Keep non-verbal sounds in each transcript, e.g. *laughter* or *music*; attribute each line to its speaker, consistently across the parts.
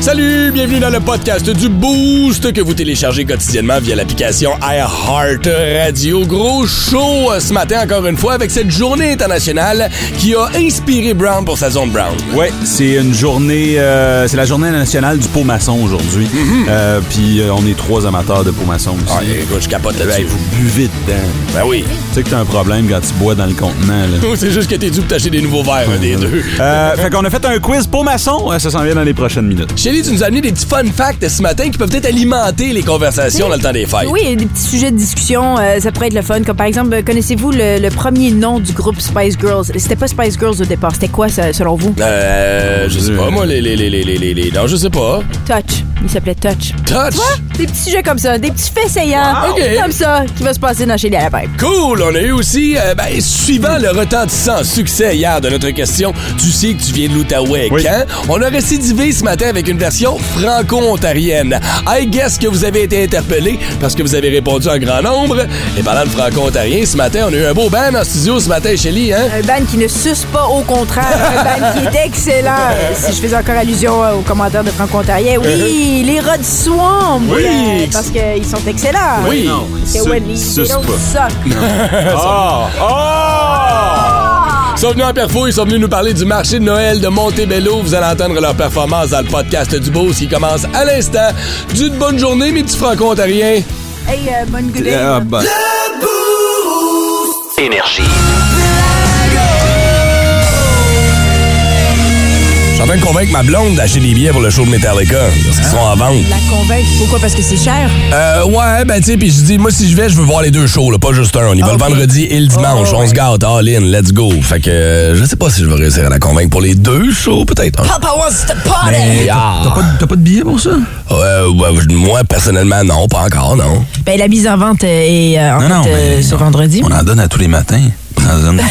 Speaker 1: Salut, bienvenue dans le podcast du Boost que vous téléchargez quotidiennement via l'application iHeart Radio. Gros show euh, ce matin encore une fois avec cette journée internationale qui a inspiré Brown pour sa zone Brown.
Speaker 2: Ouais, c'est une journée, euh, c'est la journée nationale du pot maçon aujourd'hui.
Speaker 3: Mhm.
Speaker 2: Euh, Puis euh, on est trois amateurs de pot maçon aussi.
Speaker 1: Ah, écoute, je capote
Speaker 2: Ben,
Speaker 1: là-dessus.
Speaker 2: vous buvez dedans.
Speaker 1: Ben oui.
Speaker 2: Tu sais que t'as un problème quand tu bois dans le contenant.
Speaker 1: *laughs*
Speaker 2: Là.
Speaker 1: C'est juste que t'es dû pour t'acheter des nouveaux verres, un des deux.
Speaker 3: *laughs*
Speaker 2: Euh, fait qu'on a fait un quiz pot maçon. Euh, Ça s'en vient dans les prochaines minutes.
Speaker 1: Chélie, tu nous as amené des petits fun facts ce matin qui peuvent peut-être alimenter les conversations dans le temps des fêtes.
Speaker 3: Oui, il y a des petits sujets de discussion, euh, ça pourrait être le fun. Comme par exemple, euh, connaissez-vous le, le premier nom du groupe Spice Girls? C'était pas Spice Girls au départ, c'était quoi ça, selon vous?
Speaker 1: Euh, je sais pas, moi, les, les, les, les, les, les, les- non, je sais pas.
Speaker 3: Touch. Il s'appelait Touch.
Speaker 1: Touch!
Speaker 3: Toi, Ah, des petits sujets comme ça, des petits faits saillants,
Speaker 1: Wow.
Speaker 3: des trucs
Speaker 1: Ok.
Speaker 3: comme ça, qui va se passer dans chez les à la Pêche.
Speaker 1: Cool! On a eu aussi, euh, ben, suivant le retentissant succès hier de notre question, tu sais que tu viens de l'Outaouais,
Speaker 2: Oui.
Speaker 1: quand? On a récidivé ce matin avec une version franco-ontarienne. I guess que vous avez été interpellé parce que vous avez répondu en grand nombre. Et parlant de franco-ontarien, ce matin, on a eu un beau ban en studio ce matin, Chélie, hein?
Speaker 3: Un ban qui ne suce pas, au contraire. Un ban qui est excellent. *laughs* Euh, Si je faisais encore allusion euh, aux commentaires de Franco-Ontarien, oui, les rats du swamp.
Speaker 1: Oui.
Speaker 3: euh, parce qu'ils sont excellents.
Speaker 1: Oui.
Speaker 2: Non,
Speaker 3: C'est
Speaker 2: suce-
Speaker 3: Wendy, they
Speaker 2: suce
Speaker 3: don't
Speaker 2: pas. Euh,
Speaker 3: suck.
Speaker 2: Ah! Ah!
Speaker 1: Ils sont venus en perfo, ils sont venus nous parler du marché de Noël de Montebello. Vous allez entendre leur performance dans le podcast du Beau qui commence à l'instant. D'une bonne journée, mes petits franco-ontariens.
Speaker 3: Hey, euh, bonne gueule.
Speaker 2: Ah, bah.
Speaker 4: Énergie.
Speaker 1: Je suis en train de convaincre ma blonde d'acheter des billets pour le show de Metallica. Parce qu'ils sont en vente.
Speaker 3: La convaincre. Pourquoi? Parce que c'est cher?
Speaker 1: Euh, ouais, ben, tu sais, puis je dis, moi, si je vais, je veux voir les deux shows, là, pas juste un. On y va le vendredi et le
Speaker 3: Ah,
Speaker 1: dimanche. On se gâte, all in, let's go. Fait que, euh, je sais pas si je vais réussir à la convaincre pour les deux shows, peut-être. Papa wants to party!
Speaker 2: T'as pas, de- t'as pas de billet pour ça?
Speaker 1: Euh, ouais, moi, personnellement, non, pas encore, non. *laughs*
Speaker 3: Ben, la mise en vente est euh, en
Speaker 2: Non, non,
Speaker 3: fait, euh,
Speaker 2: mais-
Speaker 3: ce vendredi. *laughs*
Speaker 2: On en donne à tous les matins. On en donne pas.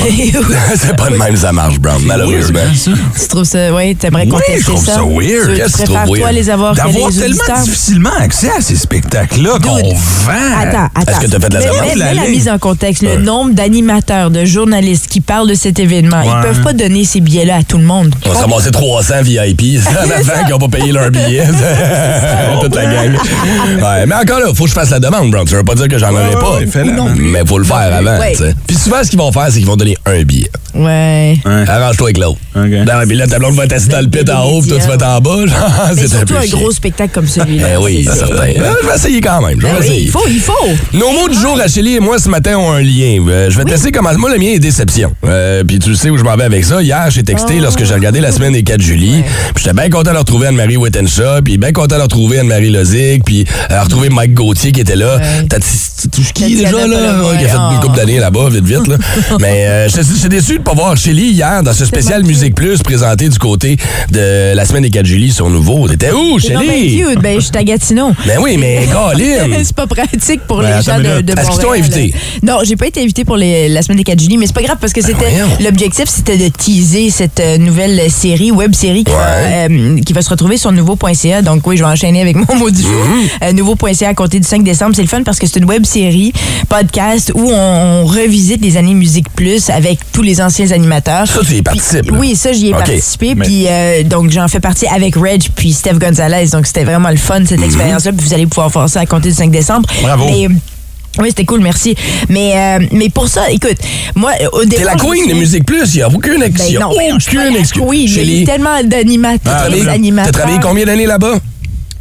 Speaker 1: C'est pas de même, ça marche, Brown, malheureusement.
Speaker 2: Weird, hein, ça?
Speaker 3: tu trouves ça, ouais, t'aimerais
Speaker 1: Oui,
Speaker 3: contester
Speaker 1: je trouve ça weird.
Speaker 3: Tu- Tu,
Speaker 1: Qu'est-ce que tu
Speaker 3: préfères,
Speaker 1: trouves
Speaker 3: toi,
Speaker 1: weird?
Speaker 3: les avoir que
Speaker 2: D'avoir
Speaker 3: les
Speaker 2: tellement
Speaker 3: auditeurs?
Speaker 2: difficilement accès à ces spectacles-là qu'on vend.
Speaker 3: Attends, attends.
Speaker 1: Est-ce que t'as fait de la
Speaker 3: Mais-
Speaker 1: demande?
Speaker 3: mais- mais la
Speaker 2: Allez.
Speaker 3: mise en contexte, le nombre d'animateurs, de journalistes qui parlent de cet événement,
Speaker 2: Ouais.
Speaker 3: ils peuvent pas donner ces billets-là à tout le monde.
Speaker 1: On s'est ramassé 300
Speaker 3: *laughs*
Speaker 1: VIP en avant qui n'ont pas payé leur billet. *laughs* Toute la gang. Ouais, mais encore là, faut que je fasse la demande, Brown. Ça veut pas dire que j'en aurai
Speaker 2: ouais,
Speaker 1: pas.
Speaker 2: ouais, fais-la, man.
Speaker 1: mais faut le faire avant.
Speaker 3: Ouais.
Speaker 1: tu sais. Puis souvent, ce qu'ils vont faire, c'est qu'ils vont donner un billet.
Speaker 3: Ouais.
Speaker 1: Arrange-toi avec l'autre.
Speaker 2: OK.
Speaker 1: Non, puis là, ta blonde va t'asseoir dans le pit en haut, puis toi, tu vas être en bas. Genre, *laughs*
Speaker 3: Mais
Speaker 1: C'est un
Speaker 3: surtout
Speaker 1: peu
Speaker 3: un
Speaker 1: chiant.
Speaker 3: gros spectacle comme celui-là.
Speaker 1: Ben oui,
Speaker 3: C'est ça.
Speaker 1: certain. Ben, Je vais essayer quand même. Je vais
Speaker 3: Ben oui,
Speaker 1: essayer.
Speaker 3: il faut, il faut.
Speaker 1: Nos mots du jour, Achille et moi, ce matin, ont un lien. Euh, je vais te laisser commencer. Moi, le mien est déception. Euh, puis tu sais où je m'en vais avec ça. Hier, j'ai texté lorsque j'ai regardé la semaine des 4 juillet. Puis j'étais bien content de retrouver Anne-Marie Wittenshaw, puis bien content de retrouver Anne-Marie Lozic, puis euh, retrouver Mike Gauthier qui était là. T'as touché qui
Speaker 3: Tatiana
Speaker 1: déjà, là?
Speaker 3: Paul-
Speaker 1: Ouais, qui a fait
Speaker 3: ouais.
Speaker 1: une couple
Speaker 3: Ah.
Speaker 1: d'années là-bas, vite, vite. Là. Mais euh, j'étais j'étais déçu de ne pas voir Chili hier dans ce spécial Musique Plus présenté du côté de la semaine des 4 juillet sur Nouveau. T'étais où,
Speaker 3: Non, ben,
Speaker 1: Chili?
Speaker 3: dude, ben, je suis à Gatineau.
Speaker 1: Ben oui, mais Colin!
Speaker 3: *laughs* c'est pas pratique pour
Speaker 2: Ben,
Speaker 3: les
Speaker 2: attends
Speaker 3: gens
Speaker 2: une
Speaker 3: de,
Speaker 2: minute.
Speaker 3: de
Speaker 1: Est-ce qu'ils t'ont
Speaker 3: Montréal.
Speaker 1: invité? Ben,
Speaker 3: Non, j'ai pas été invité pour les- la semaine des 4 juillet, mais c'est pas grave parce que c'était
Speaker 1: voyons.
Speaker 3: l'objectif, c'était de teaser cette euh, nouvelle série, web série qui,
Speaker 1: Ouais.
Speaker 3: va, euh, qui va se retrouver sur nouveau.ca. Donc oui, je vais enchaîner avec *laughs* mon mot du jour.
Speaker 1: Mm-hmm.
Speaker 3: Euh, nouveau.ca à compter du 5 décembre, c'est le fun parce que c'est une web série podcast où on, on revisite les années musique plus avec tous les anciens animateurs.
Speaker 1: Ça, tu y participes, là.
Speaker 3: Oui, ça j'y ai
Speaker 1: Ok.
Speaker 3: participé
Speaker 2: Mais-
Speaker 3: puis euh, donc j'en fais partie avec Reg puis Steph Gonzalez. Donc c'était vraiment le fun
Speaker 1: Mhm.
Speaker 3: cette expérience-là. Puis vous allez pouvoir faire ça à compter du 5 décembre.
Speaker 2: Bravo.
Speaker 3: Mais, euh, oui, c'était cool, merci. Mais, euh, mais pour ça, écoute, moi, au début.
Speaker 1: T'es la queen de Musique Plus, il n'y a aucune excuse.
Speaker 3: Ben non, ben non, je suis pas
Speaker 1: aucune
Speaker 3: la
Speaker 1: excuse.
Speaker 3: queen, mais il y
Speaker 1: Chélie,
Speaker 3: a tellement d'animateurs.
Speaker 1: t'as
Speaker 3: des
Speaker 1: travaillé,
Speaker 3: animateurs.
Speaker 1: t'as travaillé combien d'années là-bas?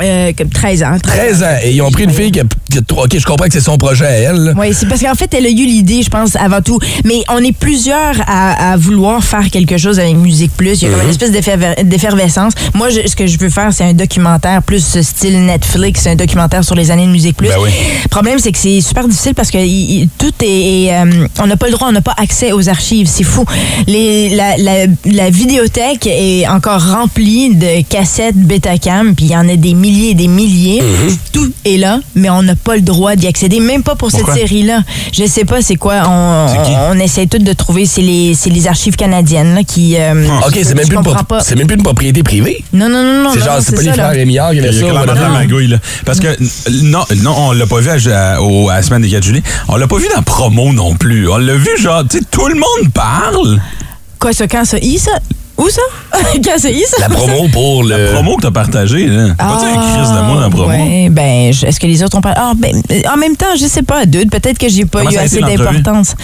Speaker 3: Euh, comme 13 ans.
Speaker 1: 13 ans. Et ils ont pris une fille qui a, qui a trois- OK, je comprends que c'est son projet à elle. là.
Speaker 3: Oui, c'est parce qu'en fait, elle a eu l'idée, je pense, avant tout. Mais on est plusieurs à, à vouloir faire quelque chose avec Musique Plus. Il y a comme
Speaker 1: Mhm.
Speaker 3: une espèce d'efferver- d'effervescence. Moi, je- ce que je veux faire, c'est un documentaire plus ce style Netflix, un documentaire sur les années de Musique Plus.
Speaker 1: Ben oui.
Speaker 3: Le problème, c'est que c'est super difficile parce que il- il- tout est... est, euh, on n'a pas le droit, on n'a pas accès aux archives. C'est fou. Les, la, la- la vidéothèque est encore remplie de cassettes Betacam, puis il y en a des milliers et des milliers.
Speaker 1: Mhm.
Speaker 3: Tout est là, mais on n'a pas le droit d'y accéder, même pas pour
Speaker 2: Pourquoi?
Speaker 3: cette série-là. Je sais pas c'est quoi. On,
Speaker 2: C'est qui?
Speaker 3: on, on essaie tout de trouver. C'est les, c'est les archives canadiennes là, qui. euh,
Speaker 1: OK,
Speaker 3: je-
Speaker 1: c'est même, plus
Speaker 3: je
Speaker 1: une
Speaker 3: comprends
Speaker 1: pro-
Speaker 3: pas.
Speaker 1: c'est même plus une propriété privée.
Speaker 3: Non, non, non, non.
Speaker 1: C'est
Speaker 3: non,
Speaker 1: genre,
Speaker 3: non,
Speaker 1: c'est pas les
Speaker 3: ça, là.
Speaker 1: frères Rémillard qui avaient
Speaker 2: Il y a
Speaker 1: ça.
Speaker 2: clairement de la
Speaker 1: Non.
Speaker 2: magouille, là. Parce que, n- non, non, on l'a pas vu à, à- au- à la semaine des 4 juillet. On l'a pas vu dans promo non plus. On l'a vu, genre, tu sais, tout le monde parle.
Speaker 3: Quoi, ça, quand ça? I, ça? Où ça? *laughs* quand ça, I, ça?
Speaker 1: La promo pour le.
Speaker 2: promo que t'as partagé, là. Pas tu un crise de moi dans la promo.
Speaker 3: Euh. Ah, Ouais, ben, je- est-ce que les autres ont pas. Ah, ben, euh, en même temps, je sais pas, dude. Peut-être que j'ai pas
Speaker 2: Comment
Speaker 3: eu
Speaker 2: ça a été
Speaker 3: assez
Speaker 2: l'entrevue?
Speaker 3: d'importance.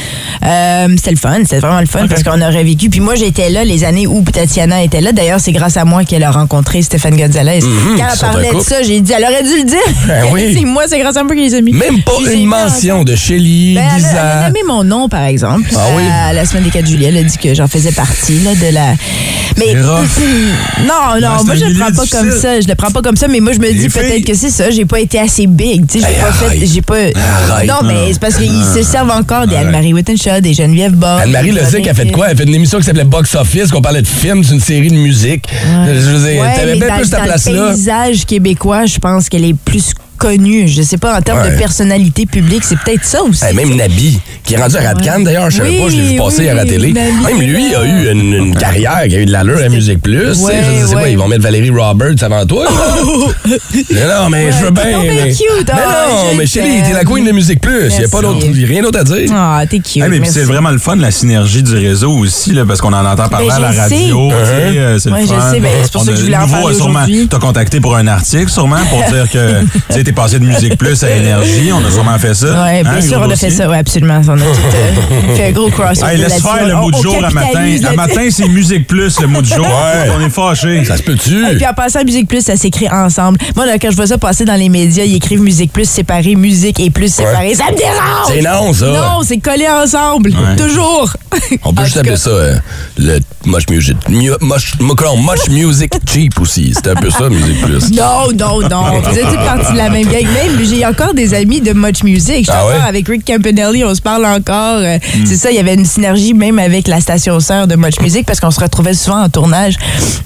Speaker 3: Euh, c'était le fun, c'était vraiment le fun
Speaker 2: Ok.
Speaker 3: parce qu'on aurait vécu. Puis moi, j'étais là les années où Tatiana était là. D'ailleurs, c'est grâce à moi qu'elle a rencontré Stéphane Gonzalez. Quand
Speaker 2: Mhm,
Speaker 1: ils
Speaker 3: elle
Speaker 1: sont un
Speaker 3: parlait de
Speaker 1: couple.
Speaker 3: ça, j'ai dit, elle aurait dû le dire.
Speaker 1: Ben oui.
Speaker 3: *laughs* c'est moi, c'est grâce à moi qu'elle les a mis.
Speaker 1: Même pas
Speaker 3: Puis j'ai
Speaker 1: une
Speaker 3: mis
Speaker 1: mention de Shelly,
Speaker 3: ben, elle, a, elle
Speaker 1: d'Isa.
Speaker 3: a nommé mon nom, par exemple,
Speaker 1: Ah oui?
Speaker 3: à la semaine des 4 juillet. Elle a dit que j'en faisais partie là, de la. Mais
Speaker 2: C'est rough.
Speaker 3: *laughs* non, non,
Speaker 2: c'est
Speaker 3: moi
Speaker 2: un
Speaker 3: je le
Speaker 2: milieu
Speaker 3: prends pas
Speaker 2: difficile.
Speaker 3: comme ça. Je le prends pas comme ça, mais moi je me dis
Speaker 2: filles-
Speaker 3: peut-être que c'est ça. J'ai pas été assez big. Tu sais, j'ai
Speaker 1: Hey,
Speaker 3: pas fait.
Speaker 1: arrête.
Speaker 3: J'ai pas.
Speaker 1: Arrête.
Speaker 3: Non, mais c'est parce qu'ils se servent encore des Anne-Marie Wittenshaw, des Geneviève Bond.
Speaker 1: Anne-Marie
Speaker 3: des
Speaker 1: Lozic a fait
Speaker 3: Véronique.
Speaker 1: quoi? Elle a fait une émission qui s'appelait Box Office, qu'on parlait de films, c'est une série de musique. Je veux dire,
Speaker 3: Ouais,
Speaker 1: t'avais
Speaker 3: mais
Speaker 1: bien
Speaker 3: dans-
Speaker 1: plus ta
Speaker 3: dans
Speaker 1: place
Speaker 3: Le
Speaker 1: là.
Speaker 3: paysage québécois, je pense qu'elle est plus connue. Je sais pas, en termes
Speaker 1: Ouais.
Speaker 3: de personnalité publique, c'est peut-être ça aussi.
Speaker 1: Hey, même Nabi, qui est rendu à Radcan, d'ailleurs, je savais
Speaker 3: Oui,
Speaker 1: pas, je l'ai vu passer
Speaker 3: oui,
Speaker 1: à la télé.
Speaker 3: Nabi.
Speaker 1: Même lui a eu une, une carrière qui a eu de l'allure à Musique Plus. tu sais.
Speaker 3: Ouais,
Speaker 1: je sais pas,
Speaker 3: ouais. Oh.
Speaker 1: ils vont mettre Valérie Roberts avant toi. mais non, mais je veux bien.
Speaker 3: Non, mais
Speaker 1: mais
Speaker 3: cute,
Speaker 1: Mais
Speaker 3: ah,
Speaker 1: non,
Speaker 3: je
Speaker 1: mais Chérie,
Speaker 3: t'aime.
Speaker 1: t'es la queen de Musique Plus. Il n'y a pas
Speaker 3: Merci.
Speaker 1: d'autre, y a rien d'autre à dire.
Speaker 3: Ah, t'es cute.
Speaker 2: Hey, mais puis
Speaker 3: merci.
Speaker 2: c'est vraiment le fun, la synergie du réseau aussi, là, parce qu'on en entend parler
Speaker 3: Ben,
Speaker 2: à la
Speaker 3: je sais.
Speaker 2: radio. tu sais,
Speaker 1: Uh-huh.
Speaker 2: euh, c'est le
Speaker 3: Ouais, je
Speaker 2: fun.
Speaker 3: sais, ben, c'est pour
Speaker 2: On
Speaker 3: ça que
Speaker 2: a-
Speaker 3: je voulais en
Speaker 2: nouveau,
Speaker 3: parler
Speaker 2: sûrement,
Speaker 3: aujourd'hui.
Speaker 2: T'as contacté pour un article, sûrement, pour dire
Speaker 3: *laughs*
Speaker 2: que tu sais, t'es passé de Musique Plus à Énergie. On a sûrement fait ça.
Speaker 3: Oui, bien
Speaker 2: Hein,
Speaker 3: sûr,
Speaker 2: gros
Speaker 3: on a
Speaker 2: dossier.
Speaker 3: fait ça, ouais, absolument. On a tout
Speaker 2: *laughs*
Speaker 3: euh, fait un gros crossover.
Speaker 2: Hey, laisse
Speaker 3: là-dessus.
Speaker 2: faire le
Speaker 3: On-
Speaker 2: mot du
Speaker 3: on
Speaker 2: jour à matin.
Speaker 3: capitalise
Speaker 2: À
Speaker 3: là-dessus.
Speaker 2: matin, c'est Musique Plus, le mot du jour.
Speaker 1: Ouais.
Speaker 2: On est fâchés.
Speaker 1: Ça se peut-tu?
Speaker 3: Et puis en passant à Musique Plus, ça s'écrit ensemble. Moi, là, quand je vois ça passer dans les médias, ils écrivent Musique Plus séparé, Musique et Plus séparé. Ça me dérange!
Speaker 1: C'est non, ça.
Speaker 3: Non, c'est collé ensemble.
Speaker 2: Ouais. *laughs*
Speaker 3: Toujours.
Speaker 1: On peut
Speaker 3: En
Speaker 1: juste
Speaker 3: tout
Speaker 1: appeler
Speaker 3: cas.
Speaker 1: ça euh, le Mosh Music. mu- Mosh, mo- comment, mosh Music Cheap aussi. C'est un peu ça, Musique Plus.
Speaker 3: Non, non, non.
Speaker 1: *laughs*
Speaker 3: On faisait toute partie de la même gang. Même, j'ai encore des amis de Much Music. Je suis
Speaker 1: Ah ouais? Hmm.
Speaker 3: encore avec Rick Campanelli, on se parle encore. Euh, C'est ça, il y avait une synergie même avec la station sœur de Much Music parce qu'on se retrouvait souvent en tournage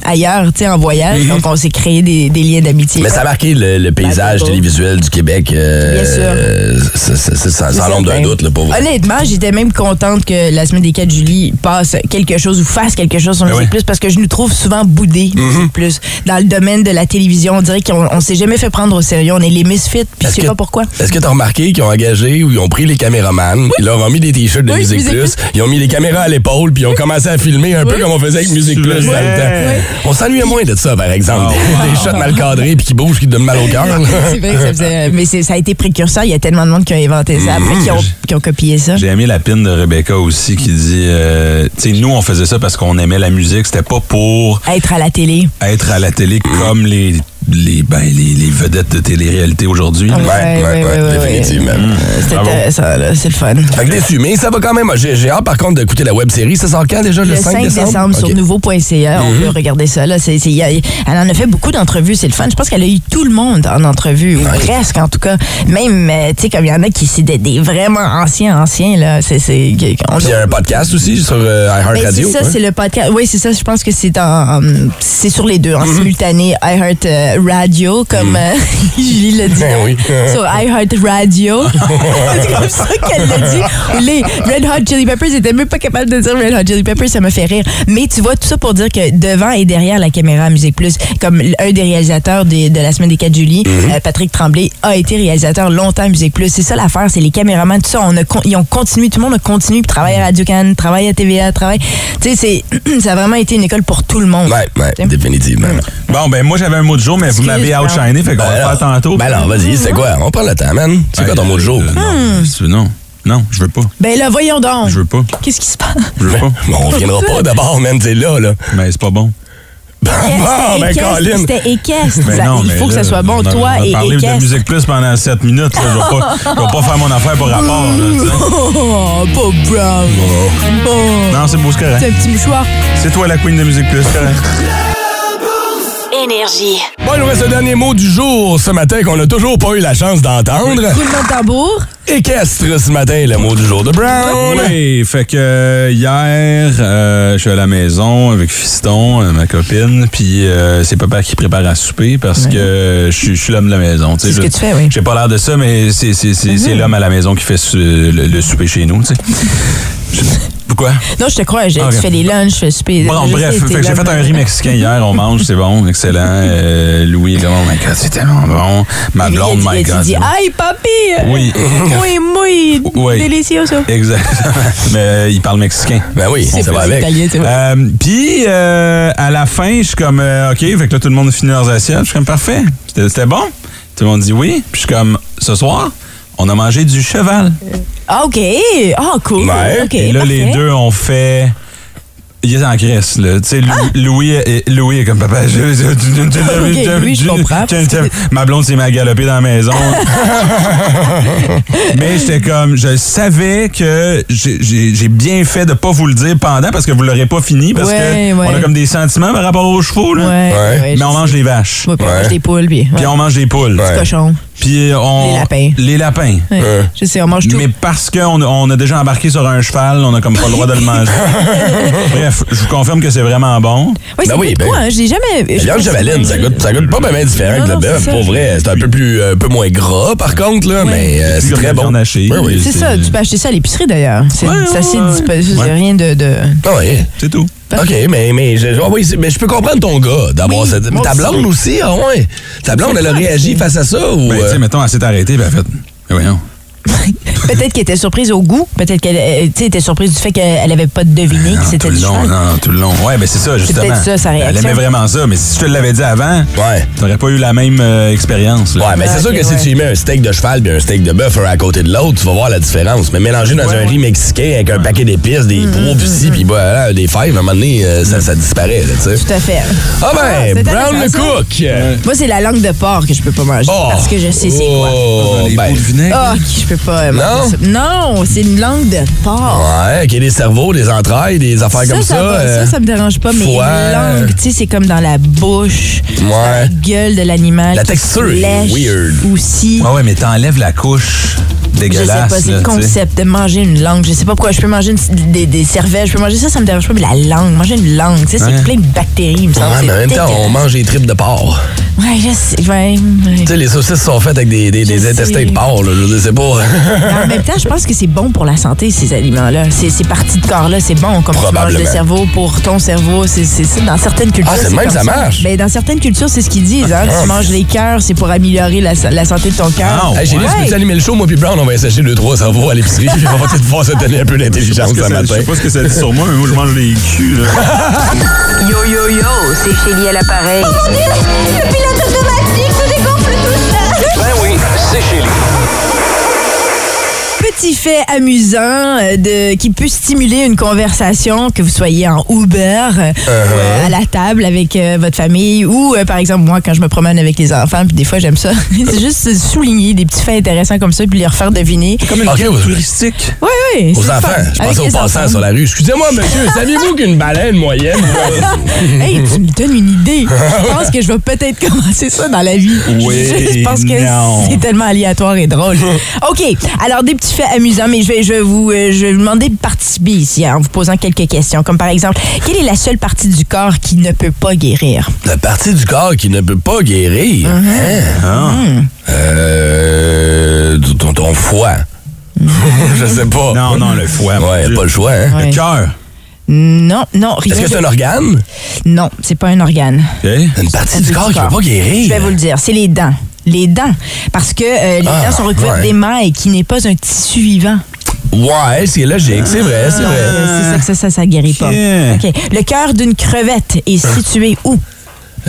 Speaker 3: ailleurs, tu sais, en voyage. Donc, on s'est créé des, des liens d'amitié.
Speaker 1: Hmm. Mais ça a marqué le, le paysage
Speaker 3: c'est beau.
Speaker 1: télévisuel du Québec. euh,
Speaker 3: Bien sûr.
Speaker 1: euh, c'est- c'est- c'est sans sans
Speaker 3: C'est
Speaker 1: l'ombre d'un
Speaker 3: certain.
Speaker 1: doute, là, pour vous.
Speaker 3: Honnêtement, j'étais même contente que la semaine des 4 juillet passe quelque chose ou fasse quelque chose
Speaker 1: Eh
Speaker 3: sur
Speaker 2: Ben
Speaker 3: Musique
Speaker 2: oui.
Speaker 3: Plus parce que je nous trouve souvent boudés,
Speaker 1: Hmm.
Speaker 3: Musique Plus. Dans le domaine de la télévision, on dirait qu'on on s'est jamais fait prendre au sérieux. On est les misfits, puis je sais pas pourquoi.
Speaker 1: Est-ce que t'as remarqué qu'ils ont engagé ou ils ont pris les caméramans, ils leur ont mis des t-shirts de
Speaker 3: Oui,
Speaker 1: Musique
Speaker 3: Musique
Speaker 1: Plus, ils ont mis les caméras à l'épaule, puis ils ont commencé à filmer un peu comme on faisait avec Musique Plus dans le temps. On s'ennuyait moins de ça, par exemple. *laughs* Des, des shots mal cadrés, puis qui bougent, qui te donnent mal au cœur. là.
Speaker 3: *laughs* c'est vrai que ça faisait- euh, Mais c'est- ça a été précurseur. Il y a tellement de monde qui ont inventé ça,
Speaker 1: Mmh.
Speaker 3: après qui ont, qui ont copié ça.
Speaker 2: J'ai aimé la pine de Rebecca aussi qui dit, euh, tu sais, nous, on faisait ça parce qu'on aimait la musique. C'était pas pour
Speaker 3: Être à la télé.
Speaker 1: Mmh.
Speaker 2: être à la télé comme les, les, ben, les, les vedettes de télé-réalité aujourd'hui.
Speaker 3: Ouais, ouais, ouais, ouais, ouais.
Speaker 1: définitivement.
Speaker 3: Euh, C'est
Speaker 2: Bravo.
Speaker 3: intéressant, là. C'est le fun.
Speaker 1: Fait que déçu, mais ça va quand même. J'ai j'ai hâte, par contre, d'écouter la web série. Ça sort quand déjà? Le,
Speaker 3: Le 5 décembre, sur
Speaker 1: Ok. Mmh.
Speaker 3: nouveau.ca, E, on peut regarder ça. Là. C'est- c'est- y a- elle en a fait beaucoup d'entrevues, c'est le fun. Je pense qu'elle a eu tout le monde en entrevue, ou presque en tout cas. Même, euh, tu sais, comme il y en a qui c'est des, des vraiment anciens, anciens. Là. C'est, c'est, on-
Speaker 1: Puis il y a un podcast aussi sur euh,
Speaker 3: Ben,
Speaker 1: iHeartRadio.
Speaker 3: C'est ça,
Speaker 1: ouais.
Speaker 3: c'est le podcast. Oui, c'est ça. Je pense que c'est en, en- c'est sur les deux, en
Speaker 1: Mm-hmm.
Speaker 3: simultané iHeart euh, Radio, comme euh, *laughs* Julie l'a dit.
Speaker 1: Ben oui.
Speaker 3: sur iHeart
Speaker 2: *laughs*
Speaker 3: Radio. c'est comme ça qu'elle l'a dit. Ou Les Red Hot Chili Peppers étaient même pas capables de dire Red Hot Chili Peppers, ça me fait rire. Mais tu vois, tout ça pour dire que devant et derrière la caméra à Musique Plus, comme un des réalisateurs des- de la semaine des 4 juillet,
Speaker 2: Mhm.
Speaker 3: euh, Patrick Tremblay, a été réalisateur longtemps à Musique Plus. C'est ça l'affaire, c'est les caméramans, tout ça. On a con- ils ont continué, tout le monde a continué, puis travaille à Radio-Can, travaille à TVA, travaille. Tu sais, c'est- *clears throat* ça a vraiment été une école pour tout le monde.
Speaker 1: Ouais, ouais, définitivement.
Speaker 2: Bon, ben moi, j'avais un mot de jour, mais vous
Speaker 3: Excuse,
Speaker 2: m'avez
Speaker 3: Jean.
Speaker 2: outshiné, fait qu'on
Speaker 1: Ben
Speaker 2: va le faire
Speaker 1: alors,
Speaker 2: tantôt.
Speaker 1: Ben alors, vas-y, c'est quoi? On parle le temps, man. C'est quoi ton mot de jour?
Speaker 2: Euh, non, c'est- Non, non, je veux pas.
Speaker 3: Ben là, voyons donc.
Speaker 2: Je veux pas.
Speaker 3: Qu'est-ce qui se passe?
Speaker 2: Je veux pas.
Speaker 1: Bon, on reviendra pas d'abord, man, c'est là, là.
Speaker 2: Mais c'est pas bon.
Speaker 1: *laughs* Bon, bon, ben,
Speaker 3: Équestre,
Speaker 1: Colin.
Speaker 3: C'était équestre.
Speaker 2: Ah, Ben
Speaker 3: Ça-
Speaker 2: non,
Speaker 3: il
Speaker 2: mais
Speaker 3: faut que
Speaker 2: là,
Speaker 3: ça soit bon,
Speaker 2: on a-
Speaker 3: toi et
Speaker 2: On a parlé de
Speaker 3: équestre.
Speaker 2: Musique Plus pendant 7 minutes. là. Je vais pas, je vais pas faire mon affaire par rapport. là, tu sais.
Speaker 3: Oh, Bob Brown. Oh.
Speaker 2: non, c'est beau, c'est
Speaker 3: C'est
Speaker 2: correct.
Speaker 3: un petit mouchoir.
Speaker 2: C'est toi la queen de Musique Plus, c'est correct.
Speaker 5: Énergie.
Speaker 1: Bon, il nous reste le dernier mot du jour ce matin qu'on n'a toujours pas eu la chance d'entendre.
Speaker 3: Roulement de tambour.
Speaker 1: Équestre ce matin, le mot du jour de Brown.
Speaker 2: Oui, fait que euh, hier, euh, je suis à la maison avec Fiston, euh, ma copine, puis euh, c'est papa qui prépare à souper parce que euh, je suis- je suis l'homme de la maison.
Speaker 3: C'est ce que tu fais, oui.
Speaker 2: J'ai pas l'air de ça, mais c'est c'est- c'est- c'est l'homme à la maison qui fait su- le, le souper chez nous. tu sais. Je- Pourquoi?
Speaker 3: Non, je te crois, j'ai-
Speaker 2: Ok.
Speaker 3: tu fais des lunchs, je super.
Speaker 2: Ah, Bon, non, bref, fait que j'ai fait un riz mexicain hier, on mange, c'est bon, excellent. Euh, Louis, est comme, oh my god, c'est tellement bon. Ma blonde, Oh my god.
Speaker 3: dit, ah.
Speaker 2: c'est bon.
Speaker 3: aïe, papi!
Speaker 2: Oui.
Speaker 3: Oui, oui,
Speaker 2: *laughs* Oui.
Speaker 3: délicieux, ça.
Speaker 2: Exactement. Mais euh, il parle mexicain.
Speaker 1: Ben oui,
Speaker 3: C'est
Speaker 1: ça va
Speaker 3: plus
Speaker 1: avec.
Speaker 3: italien, c'est vrai.
Speaker 2: Euh, Puis, euh, à la fin, je suis comme, euh, OK, fait que là, tout le monde finit leurs assiettes. Je suis comme, parfait. C'était c'était bon? Tout le monde dit oui. Puis, je suis comme, ce soir, on a mangé du cheval.
Speaker 3: Ah, OK. Ah, cool.
Speaker 1: Ouais.
Speaker 3: OK,
Speaker 2: Et là, les
Speaker 3: parfait.
Speaker 2: deux ont fait. Il est en crise, là. Tu sais, Lou- Louis, est- Louis est comme papa. Je, je- je- je- je-
Speaker 3: Ah! Ok, lui, je
Speaker 2: je-
Speaker 3: comprends.
Speaker 2: je- je- ma blonde s'est magalopée dans
Speaker 3: *laughs*
Speaker 2: la maison. Mais j'étais comme, je savais que j'ai- j'ai j'ai bien fait de pas vous le dire pendant parce que vous l'aurez pas fini parce
Speaker 3: Ouais,
Speaker 2: que
Speaker 3: ouais.
Speaker 2: on a comme des sentiments par rapport aux chevaux, là.
Speaker 3: Ouais,
Speaker 1: Ouais.
Speaker 3: ouais,
Speaker 2: Mais
Speaker 3: je
Speaker 2: on
Speaker 3: sais.
Speaker 2: mange les vaches.
Speaker 3: Ouais, puis on
Speaker 1: Ouais.
Speaker 3: mange des poules, puis.
Speaker 2: Puis
Speaker 3: ouais.
Speaker 2: on mange des poules.
Speaker 1: Ouais.
Speaker 3: Cochon.
Speaker 2: Puis on.
Speaker 3: Les lapins.
Speaker 2: Les lapins.
Speaker 3: Ouais. Je sais, on mange tout.
Speaker 2: Mais ben parce qu'on on a déjà embarqué sur un cheval, on a comme pas le droit de
Speaker 3: *laughs*
Speaker 2: le manger. Bref, je vous confirme que c'est vraiment bon.
Speaker 3: Ouais, c'est
Speaker 1: Ben oui,
Speaker 3: goûte
Speaker 1: ben-
Speaker 3: quoi, hein? J'ai jamais.
Speaker 1: La viande chevaline, ça goûte, ça goûte pas bien différent
Speaker 3: Non,
Speaker 1: que le
Speaker 3: non,
Speaker 1: bœuf,
Speaker 3: c'est ça.
Speaker 1: pour vrai. C'est un peu plus, euh, un peu moins gras, par contre, là, mais euh, c'est
Speaker 2: Comme
Speaker 1: très
Speaker 2: la
Speaker 1: bon.
Speaker 2: viande hachée.
Speaker 1: Oui, oui.
Speaker 3: C'est ça, tu peux acheter ça à l'épicerie d'ailleurs. C'est
Speaker 2: Ouais,
Speaker 3: ça, c'est
Speaker 2: ouais,
Speaker 3: disponible. c'est
Speaker 2: ouais.
Speaker 3: rien de. de...
Speaker 1: Ah oui.
Speaker 2: C'est tout.
Speaker 1: OK, mais, mais, je, ah oui, c'est- mais je peux comprendre ton gars d'avoir
Speaker 3: Oui,
Speaker 1: cette.
Speaker 3: moi
Speaker 1: Ta
Speaker 3: aussi.
Speaker 1: blonde aussi, ah ouais. Ta blonde, elle a réagi face à ça ou.
Speaker 2: Ben, tu sais,
Speaker 1: euh,
Speaker 2: mettons, elle s'est arrêtée, ben, en fait. ben, voyons.
Speaker 3: Peut-être qu'elle était surprise au goût. Peut-être qu'elle euh, tu sais, était surprise du fait qu'elle avait pas deviné
Speaker 1: Ah,
Speaker 3: que
Speaker 2: Non,
Speaker 3: c'était
Speaker 2: Ah, tout le
Speaker 3: du
Speaker 2: long,
Speaker 3: cheval.
Speaker 1: hein.
Speaker 2: non, non, tout le long. Ouais, ben c'est ça, justement.
Speaker 3: peut-être ça, sa
Speaker 2: Elle
Speaker 3: réaction.
Speaker 2: aimait vraiment ça, mais si je te l'avais dit avant,
Speaker 1: Ouais.
Speaker 2: t'aurais pas eu la même euh, expérience. là.
Speaker 1: Ouais, mais c'est
Speaker 3: Ouais,
Speaker 1: sûr
Speaker 3: ok,
Speaker 1: que si
Speaker 3: ouais.
Speaker 1: tu y mets un steak de cheval et un steak de bœuf un à côté de l'autre, tu vas voir la différence. Mais mélanger dans un riz mexicain avec un paquet d'épices,
Speaker 3: Mhm,
Speaker 1: des pots, pis ci, pis bah, des fèves, à un moment donné, euh, ça, ça disparaît, là, tu sais.
Speaker 3: Tout à fait.
Speaker 1: Ah ben,
Speaker 3: c'est
Speaker 1: Brown le
Speaker 3: intéressant, ça.
Speaker 1: Cook!
Speaker 3: Moi, c'est la langue de porc que je peux pas manger
Speaker 1: Oh.
Speaker 3: parce que je sais c'est quoi.
Speaker 1: Oh,
Speaker 2: Les
Speaker 1: ben,
Speaker 2: boules de vinaigre.
Speaker 3: Ah, ok, je peux pas. euh,
Speaker 1: Non?
Speaker 3: manger ça. Non, c'est une langue de porc.
Speaker 1: Ouais, qu'il y ait des cerveaux, des entrailles, des affaires
Speaker 3: ça,
Speaker 1: comme ça.
Speaker 3: ça, va,
Speaker 1: euh,
Speaker 3: ça, ça me dérange pas, mais
Speaker 1: foie.
Speaker 3: une langue, tu sais, c'est comme dans la bouche, dans la gueule de l'animal.
Speaker 1: La
Speaker 3: qui
Speaker 1: texture est
Speaker 3: lèche
Speaker 1: weird.
Speaker 3: Aussi.
Speaker 2: Ouais, ouais, mais t'enlèves la couche
Speaker 3: Je sais
Speaker 2: dégueulasse.
Speaker 3: pas, c'est
Speaker 2: là,
Speaker 3: le
Speaker 2: tu sais.
Speaker 3: concept de manger une langue. Je sais pas pourquoi. Je peux manger une- des, des cervelles, je peux manger ça, ça me dérange pas, mais la langue, manger une langue, tu sais, c'est
Speaker 2: Ouais.
Speaker 3: plein de bactéries, il me semble.
Speaker 1: Ouais, mais en
Speaker 3: c'est
Speaker 1: même temps, on
Speaker 3: dégueulasse.
Speaker 1: mange des tripes de porc.
Speaker 3: Ouais, je sais. ouais, ouais.
Speaker 1: Tu sais, les saucisses sont faites avec des, des, des
Speaker 3: sais.
Speaker 1: intestins de porc, là, je sais pas.
Speaker 3: Mais En même temps, je pense que c'est bon pour la santé, ces aliments-là. Ces, ces parties de corps-là, c'est bon. Comme tu manges le
Speaker 1: Probablement.
Speaker 3: cerveau pour ton cerveau, c'est c'est ça. Dans certaines cultures,
Speaker 1: Ah, c'est même,
Speaker 3: comme
Speaker 1: ça marche? Ah,
Speaker 3: Ben, dans certaines cultures, c'est ce qu'ils disent. Hein? Tu manges les cœurs, c'est pour améliorer la, sa- la santé de ton cœur.
Speaker 1: *laughs*
Speaker 2: Ah,
Speaker 1: Hey, j'ai
Speaker 3: Ouais.
Speaker 1: dit, peux-tu allumer le show, moi puis Brown, on va essayer deux, trois cerveaux à l'épicerie, *laughs* puis on va peut-être voir se donner un peu d'intelligence ce
Speaker 2: Je
Speaker 1: matin.
Speaker 2: sais pas ce que ça dit sur moi, mais moi, je mange les culs, là.
Speaker 1: *laughs*
Speaker 6: Yo yo yo, c'est Chélie à l'appareil.
Speaker 5: Le pilote automatique se dégonfle tout seul.
Speaker 4: Ben oui, c'est Chélie.
Speaker 3: Petit fait amusant euh, de, qui peut stimuler une conversation, que vous soyez en Uber, euh,
Speaker 1: Uh-huh.
Speaker 3: euh, à la table avec euh, votre famille, ou euh, par exemple, moi, quand je me promène avec les enfants, puis des fois, j'aime ça. *laughs* c'est juste euh, souligner des petits faits intéressants comme ça, puis les refaire deviner.
Speaker 2: Comme une
Speaker 1: Ok,
Speaker 2: guide
Speaker 1: ouais.
Speaker 2: touristique.
Speaker 3: Oui, oui.
Speaker 1: Aux enfants, je pensais aux passants sur la rue. Excusez-moi, monsieur, saviez-vous qu'une baleine moyenne...
Speaker 3: Hey, tu me donnes une
Speaker 1: *laughs*
Speaker 3: idée. Je pense que je vais peut-être commencer ça dans la vie.
Speaker 2: Oui,
Speaker 3: Je pense
Speaker 2: non.
Speaker 3: que c'est tellement aléatoire
Speaker 1: *laughs*
Speaker 3: et drôle. OK. Alors, des petits faits amusants, mais je vais, je vais vous, euh, je vais vous demander de participer ici hein, en vous posant quelques questions. Comme par exemple, quelle est la seule partie du corps qui ne peut pas guérir?
Speaker 1: La partie du corps qui ne peut pas guérir.
Speaker 3: Mhm.
Speaker 1: Hein?
Speaker 3: Ah.
Speaker 1: Euh, ton, ton foie.
Speaker 3: Mhm.
Speaker 1: *laughs* je sais pas.
Speaker 2: Non, non, le foie. mon
Speaker 1: Ouais,
Speaker 2: Dieu.
Speaker 1: pas le choix, hein?
Speaker 3: Ouais.
Speaker 2: Le cœur.
Speaker 3: Non, non, rien.
Speaker 1: Est-ce que
Speaker 3: de-
Speaker 1: c'est un organe?
Speaker 3: Non, c'est pas un organe.
Speaker 2: OK.
Speaker 1: Une partie du corps qui ne peut pas guérir.
Speaker 3: Je vais vous le dire, c'est les dents. Les dents. Parce que euh, les
Speaker 1: Ah,
Speaker 3: dents sont recouvertes
Speaker 1: ouais.
Speaker 3: d'émail qui n'est pas un tissu vivant.
Speaker 1: Ouais, c'est logique, c'est vrai, c'est
Speaker 3: Donc,
Speaker 1: vrai.
Speaker 3: euh, c'est ça que ça, ça, ça guérit pas.
Speaker 2: Ok.
Speaker 3: OK. Le cœur d'une crevette est
Speaker 1: Euh.
Speaker 3: situé où?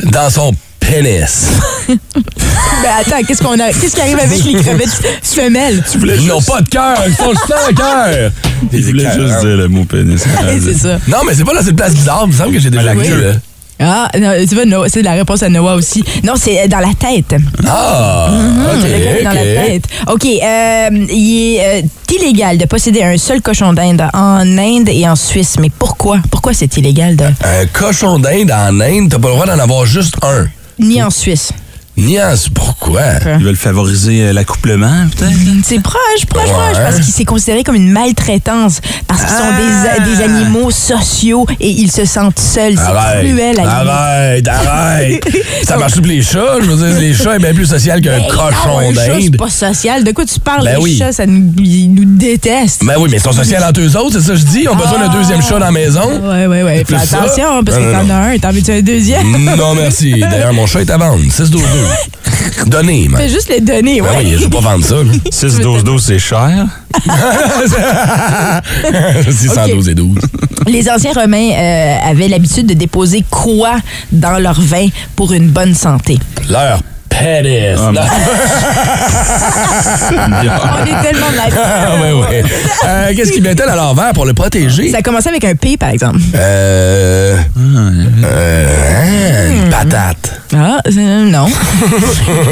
Speaker 1: Dans son
Speaker 2: *laughs*
Speaker 1: pénis.
Speaker 3: Ben attends, qu'est-ce qu'on a? Qu'est-ce qui arrive avec
Speaker 1: *laughs*
Speaker 3: les crevettes femelles? *laughs*
Speaker 1: Ils n'ont pas de cœur, ils font le sang cœur.
Speaker 2: Il voulait juste dire le mot pénis.
Speaker 3: Ouais, *laughs* c'est ça.
Speaker 1: Non, mais c'est pas dans cette place bizarre, il me semble que j'ai déjà
Speaker 2: la
Speaker 1: vu.
Speaker 2: queue.
Speaker 1: là.
Speaker 3: Ah, non, tu vois, Noah, c'est la réponse à Noah aussi. Non, c'est euh, dans la tête.
Speaker 1: Ah, ok,
Speaker 3: Le gars Mhm. est dans la
Speaker 1: ok.
Speaker 3: tête. OK. euh, il est euh, illégal de posséder un seul cochon d'Inde en Inde et en Suisse. Mais pourquoi? Pourquoi c'est illégal de.
Speaker 1: Un cochon d'Inde en Inde, t'as pas le droit d'en avoir juste un.
Speaker 3: ni en Suisse.
Speaker 1: Niaise, pourquoi?
Speaker 2: Ils veulent favoriser euh, l'accouplement, peut-être?
Speaker 3: Mm, C'est proche, proche,
Speaker 1: Ouais.
Speaker 3: proche, parce qu'il s'est considéré comme une maltraitance, parce qu'ils
Speaker 1: Ah.
Speaker 3: sont des, des animaux sociaux et ils se sentent seuls. C'est cruel. à l'animal.
Speaker 1: arrête, arrête.
Speaker 3: *laughs*
Speaker 1: ça marche plus pour les chats. Je veux dire, les chats est bien plus social qu'un
Speaker 3: Hey, non,
Speaker 1: cochon
Speaker 3: un chat,
Speaker 1: d'Inde.
Speaker 3: C'est pas social. De quoi tu parles?
Speaker 1: Ben
Speaker 3: les
Speaker 1: oui.
Speaker 3: chats, ça nous, ils nous détestent.
Speaker 1: Ben oui, mais ils sont sociaux entre eux autres, c'est ça que je dis. Ils ont besoin d'un deuxième chat dans la maison.
Speaker 3: Ouais, ouais, ouais. Fais
Speaker 1: Plus ça.
Speaker 3: attention, hein, parce que
Speaker 1: Non, non,
Speaker 3: t'en
Speaker 1: non. Mm.
Speaker 3: as un, t'en veux-tu un deuxième?
Speaker 1: Non, merci. D'ailleurs, mon chat est à vendre.
Speaker 3: *laughs*
Speaker 1: 6-12-2. Donnez, man.
Speaker 3: *laughs* Fais juste les donner,
Speaker 1: Ben
Speaker 3: ouais.
Speaker 1: oui, je vais pas vendre
Speaker 3: *laughs*
Speaker 1: ça. là.
Speaker 2: 6-12-12, c'est cher.
Speaker 1: 612 et 12.
Speaker 3: Les anciens Romains euh, avaient l'habitude de déposer quoi dans leur vin pour une bonne santé?
Speaker 1: Leur pénis. *laughs*
Speaker 2: Ah,
Speaker 1: Non.
Speaker 3: On est tellement
Speaker 1: *laughs* Ah, ouais,
Speaker 3: mal.
Speaker 1: ouais. Euh, Qu'est-ce qu'ils mettaient dans leur verre pour le protéger?
Speaker 3: Ça a commencé avec un P, par exemple.
Speaker 1: Euh.
Speaker 3: mm-hmm.
Speaker 1: euh, hein, une patate.
Speaker 3: Ah, euh, non.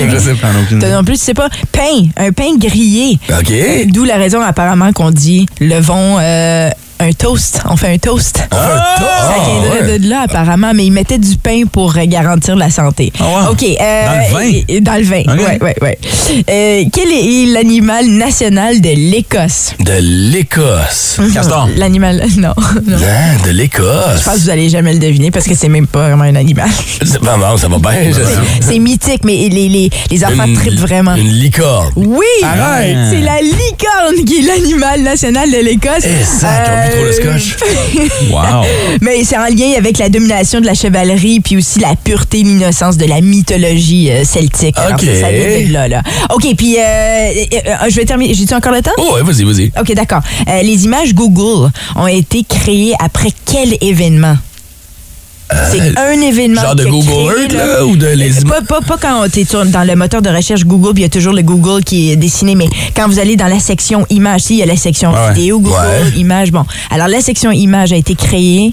Speaker 1: Je sais pas.
Speaker 2: J'en ai aucune idée.
Speaker 3: T'as non plus, tu sais pas. Pain, un pain grillé.
Speaker 1: OK.
Speaker 3: D'où la raison apparemment qu'on dit levons euh, un toast. On fait un toast.
Speaker 1: Ah,
Speaker 3: Ça viendrait de là, apparemment, mais ils mettaient du pain pour euh, garantir la santé.
Speaker 2: Ah ouais.
Speaker 3: OK. euh,
Speaker 2: Dans le vin?
Speaker 3: et- et Dans le vin,
Speaker 2: OK.
Speaker 3: oui, oui, oui. Euh, quel est l'animal national de l'Écosse?
Speaker 1: De l'Écosse.
Speaker 2: *laughs* Castor.
Speaker 3: L'animal... *laughs* Non, non.
Speaker 1: Hein, de l'Écosse.
Speaker 3: Je pense que vous allez jamais le deviner parce que c'est même pas vraiment un animal.
Speaker 1: C'est- Non, non, ça va bien. je-
Speaker 3: C'est mythique, mais les, les, les enfants
Speaker 1: Une-
Speaker 3: trippent vraiment.
Speaker 1: Une licorne.
Speaker 3: Oui!
Speaker 1: Arrête!
Speaker 3: C'est la licorne qui est l'animal national de l'Écosse. Euh,
Speaker 1: Eh, ça, qui ont bu trop le scotch.
Speaker 2: Wow.
Speaker 3: *laughs* Mais c'est en lien avec la domination de la chevalerie puis aussi la pureté et l'innocence de la mythologie euh, celtique. Alors,
Speaker 1: OK.
Speaker 3: ça, ça vient de là, là. OK, puis euh, euh, euh, je vais terminer. J'ai-tu encore le temps?
Speaker 1: Oh, ouais, vas-y, vas-y.
Speaker 3: OK, d'accord. Euh, les images Google ont été créées après quel événement? c'est un événement.
Speaker 1: Euh, Genre de
Speaker 3: qui a
Speaker 1: Google
Speaker 3: créé,
Speaker 1: Earth, là, ou de les
Speaker 3: Pas, pas, pas quand tu dans le moteur de recherche Google, puis il y a toujours le Google qui est dessiné, mais quand vous allez dans la section images, si, il y a la section
Speaker 2: Ouais.
Speaker 3: vidéo, Google,
Speaker 1: Ouais.
Speaker 3: images. Bon, alors la section images a été créée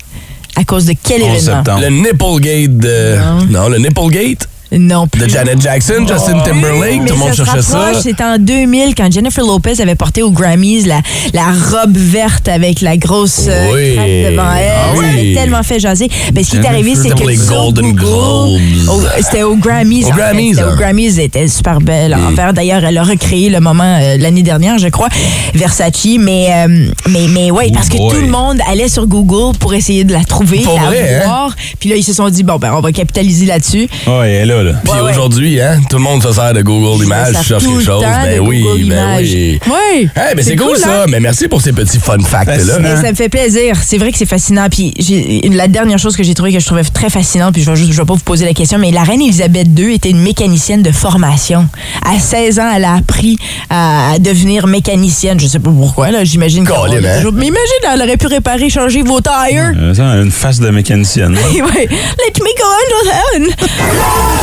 Speaker 3: à cause de quel
Speaker 2: 11
Speaker 3: événement?
Speaker 2: septembre.
Speaker 1: Le Nipplegate de.
Speaker 3: Non.
Speaker 1: Non. le Nipplegate
Speaker 3: Non plus.
Speaker 1: de Janet Jackson, Justin Timberlake.
Speaker 3: Mais
Speaker 1: Tout le monde
Speaker 3: ça se
Speaker 1: cherchait ça.
Speaker 3: rapproche, C'était en 2000 quand Jennifer Lopez avait porté aux Grammys la, la robe verte avec la grosse euh,
Speaker 1: Oui.
Speaker 3: craque devant elle.
Speaker 1: Ah
Speaker 3: ça
Speaker 1: oui.
Speaker 3: avait tellement fait jaser. Ben, ce qui est arrivé, c'est
Speaker 1: Jennifer
Speaker 3: que
Speaker 1: pour les
Speaker 3: sur
Speaker 1: Golden
Speaker 3: Google,
Speaker 1: Globes.
Speaker 3: au- c'était aux Grammys.
Speaker 1: Aux
Speaker 3: en fait.
Speaker 1: Grammys,
Speaker 3: C'était aux
Speaker 1: hein.
Speaker 3: Grammys, elle était super belle. en vert. D'ailleurs, elle a recréé le moment euh, l'année dernière, je crois, Versace. Mais, euh, mais, mais ouais,
Speaker 2: Oh
Speaker 3: parce que
Speaker 2: boy.
Speaker 3: tout le monde allait sur Google pour essayer de la trouver,
Speaker 1: Pour
Speaker 3: la
Speaker 1: vrai, hein?
Speaker 3: voir. Puis là, ils se sont dit, bon, ben, on va capitaliser là-dessus.
Speaker 2: Ouais, elle est là, là.
Speaker 1: Puis
Speaker 3: ouais.
Speaker 1: aujourd'hui, hein, tout le monde se sert de Google
Speaker 3: Ça
Speaker 1: Images,
Speaker 3: sert
Speaker 1: cherche
Speaker 3: tout
Speaker 1: quelque
Speaker 3: le
Speaker 1: chose.
Speaker 3: temps
Speaker 1: Ben
Speaker 3: de
Speaker 1: oui,
Speaker 3: Google
Speaker 1: ben
Speaker 3: Images.
Speaker 1: oui.
Speaker 3: Ouais.
Speaker 1: Eh, ben c'est cool,
Speaker 3: hein? Ben,
Speaker 1: ça. Mais merci pour ces petits fun facts là.
Speaker 2: Fascinant.
Speaker 3: Mais ça me fait plaisir. C'est vrai que c'est fascinant. Puis j'ai- la dernière chose que j'ai trouvée que je trouvais très fascinante, puis je vais, juste, je vais pas vous poser la question, mais la reine Elisabeth II était une mécanicienne de formation. À 16 ans, elle a appris à, à devenir mécanicienne. Je sais pas pourquoi, là. J'imagine qu'on
Speaker 1: Colin,
Speaker 3: est
Speaker 1: hein?
Speaker 3: toujours- Mais imagine, elle aurait pu réparer, changer vos tires.
Speaker 2: Euh, ça, elle a une face de
Speaker 3: *laughs*
Speaker 2: mécanicienne.
Speaker 3: Ouais. Let me go under the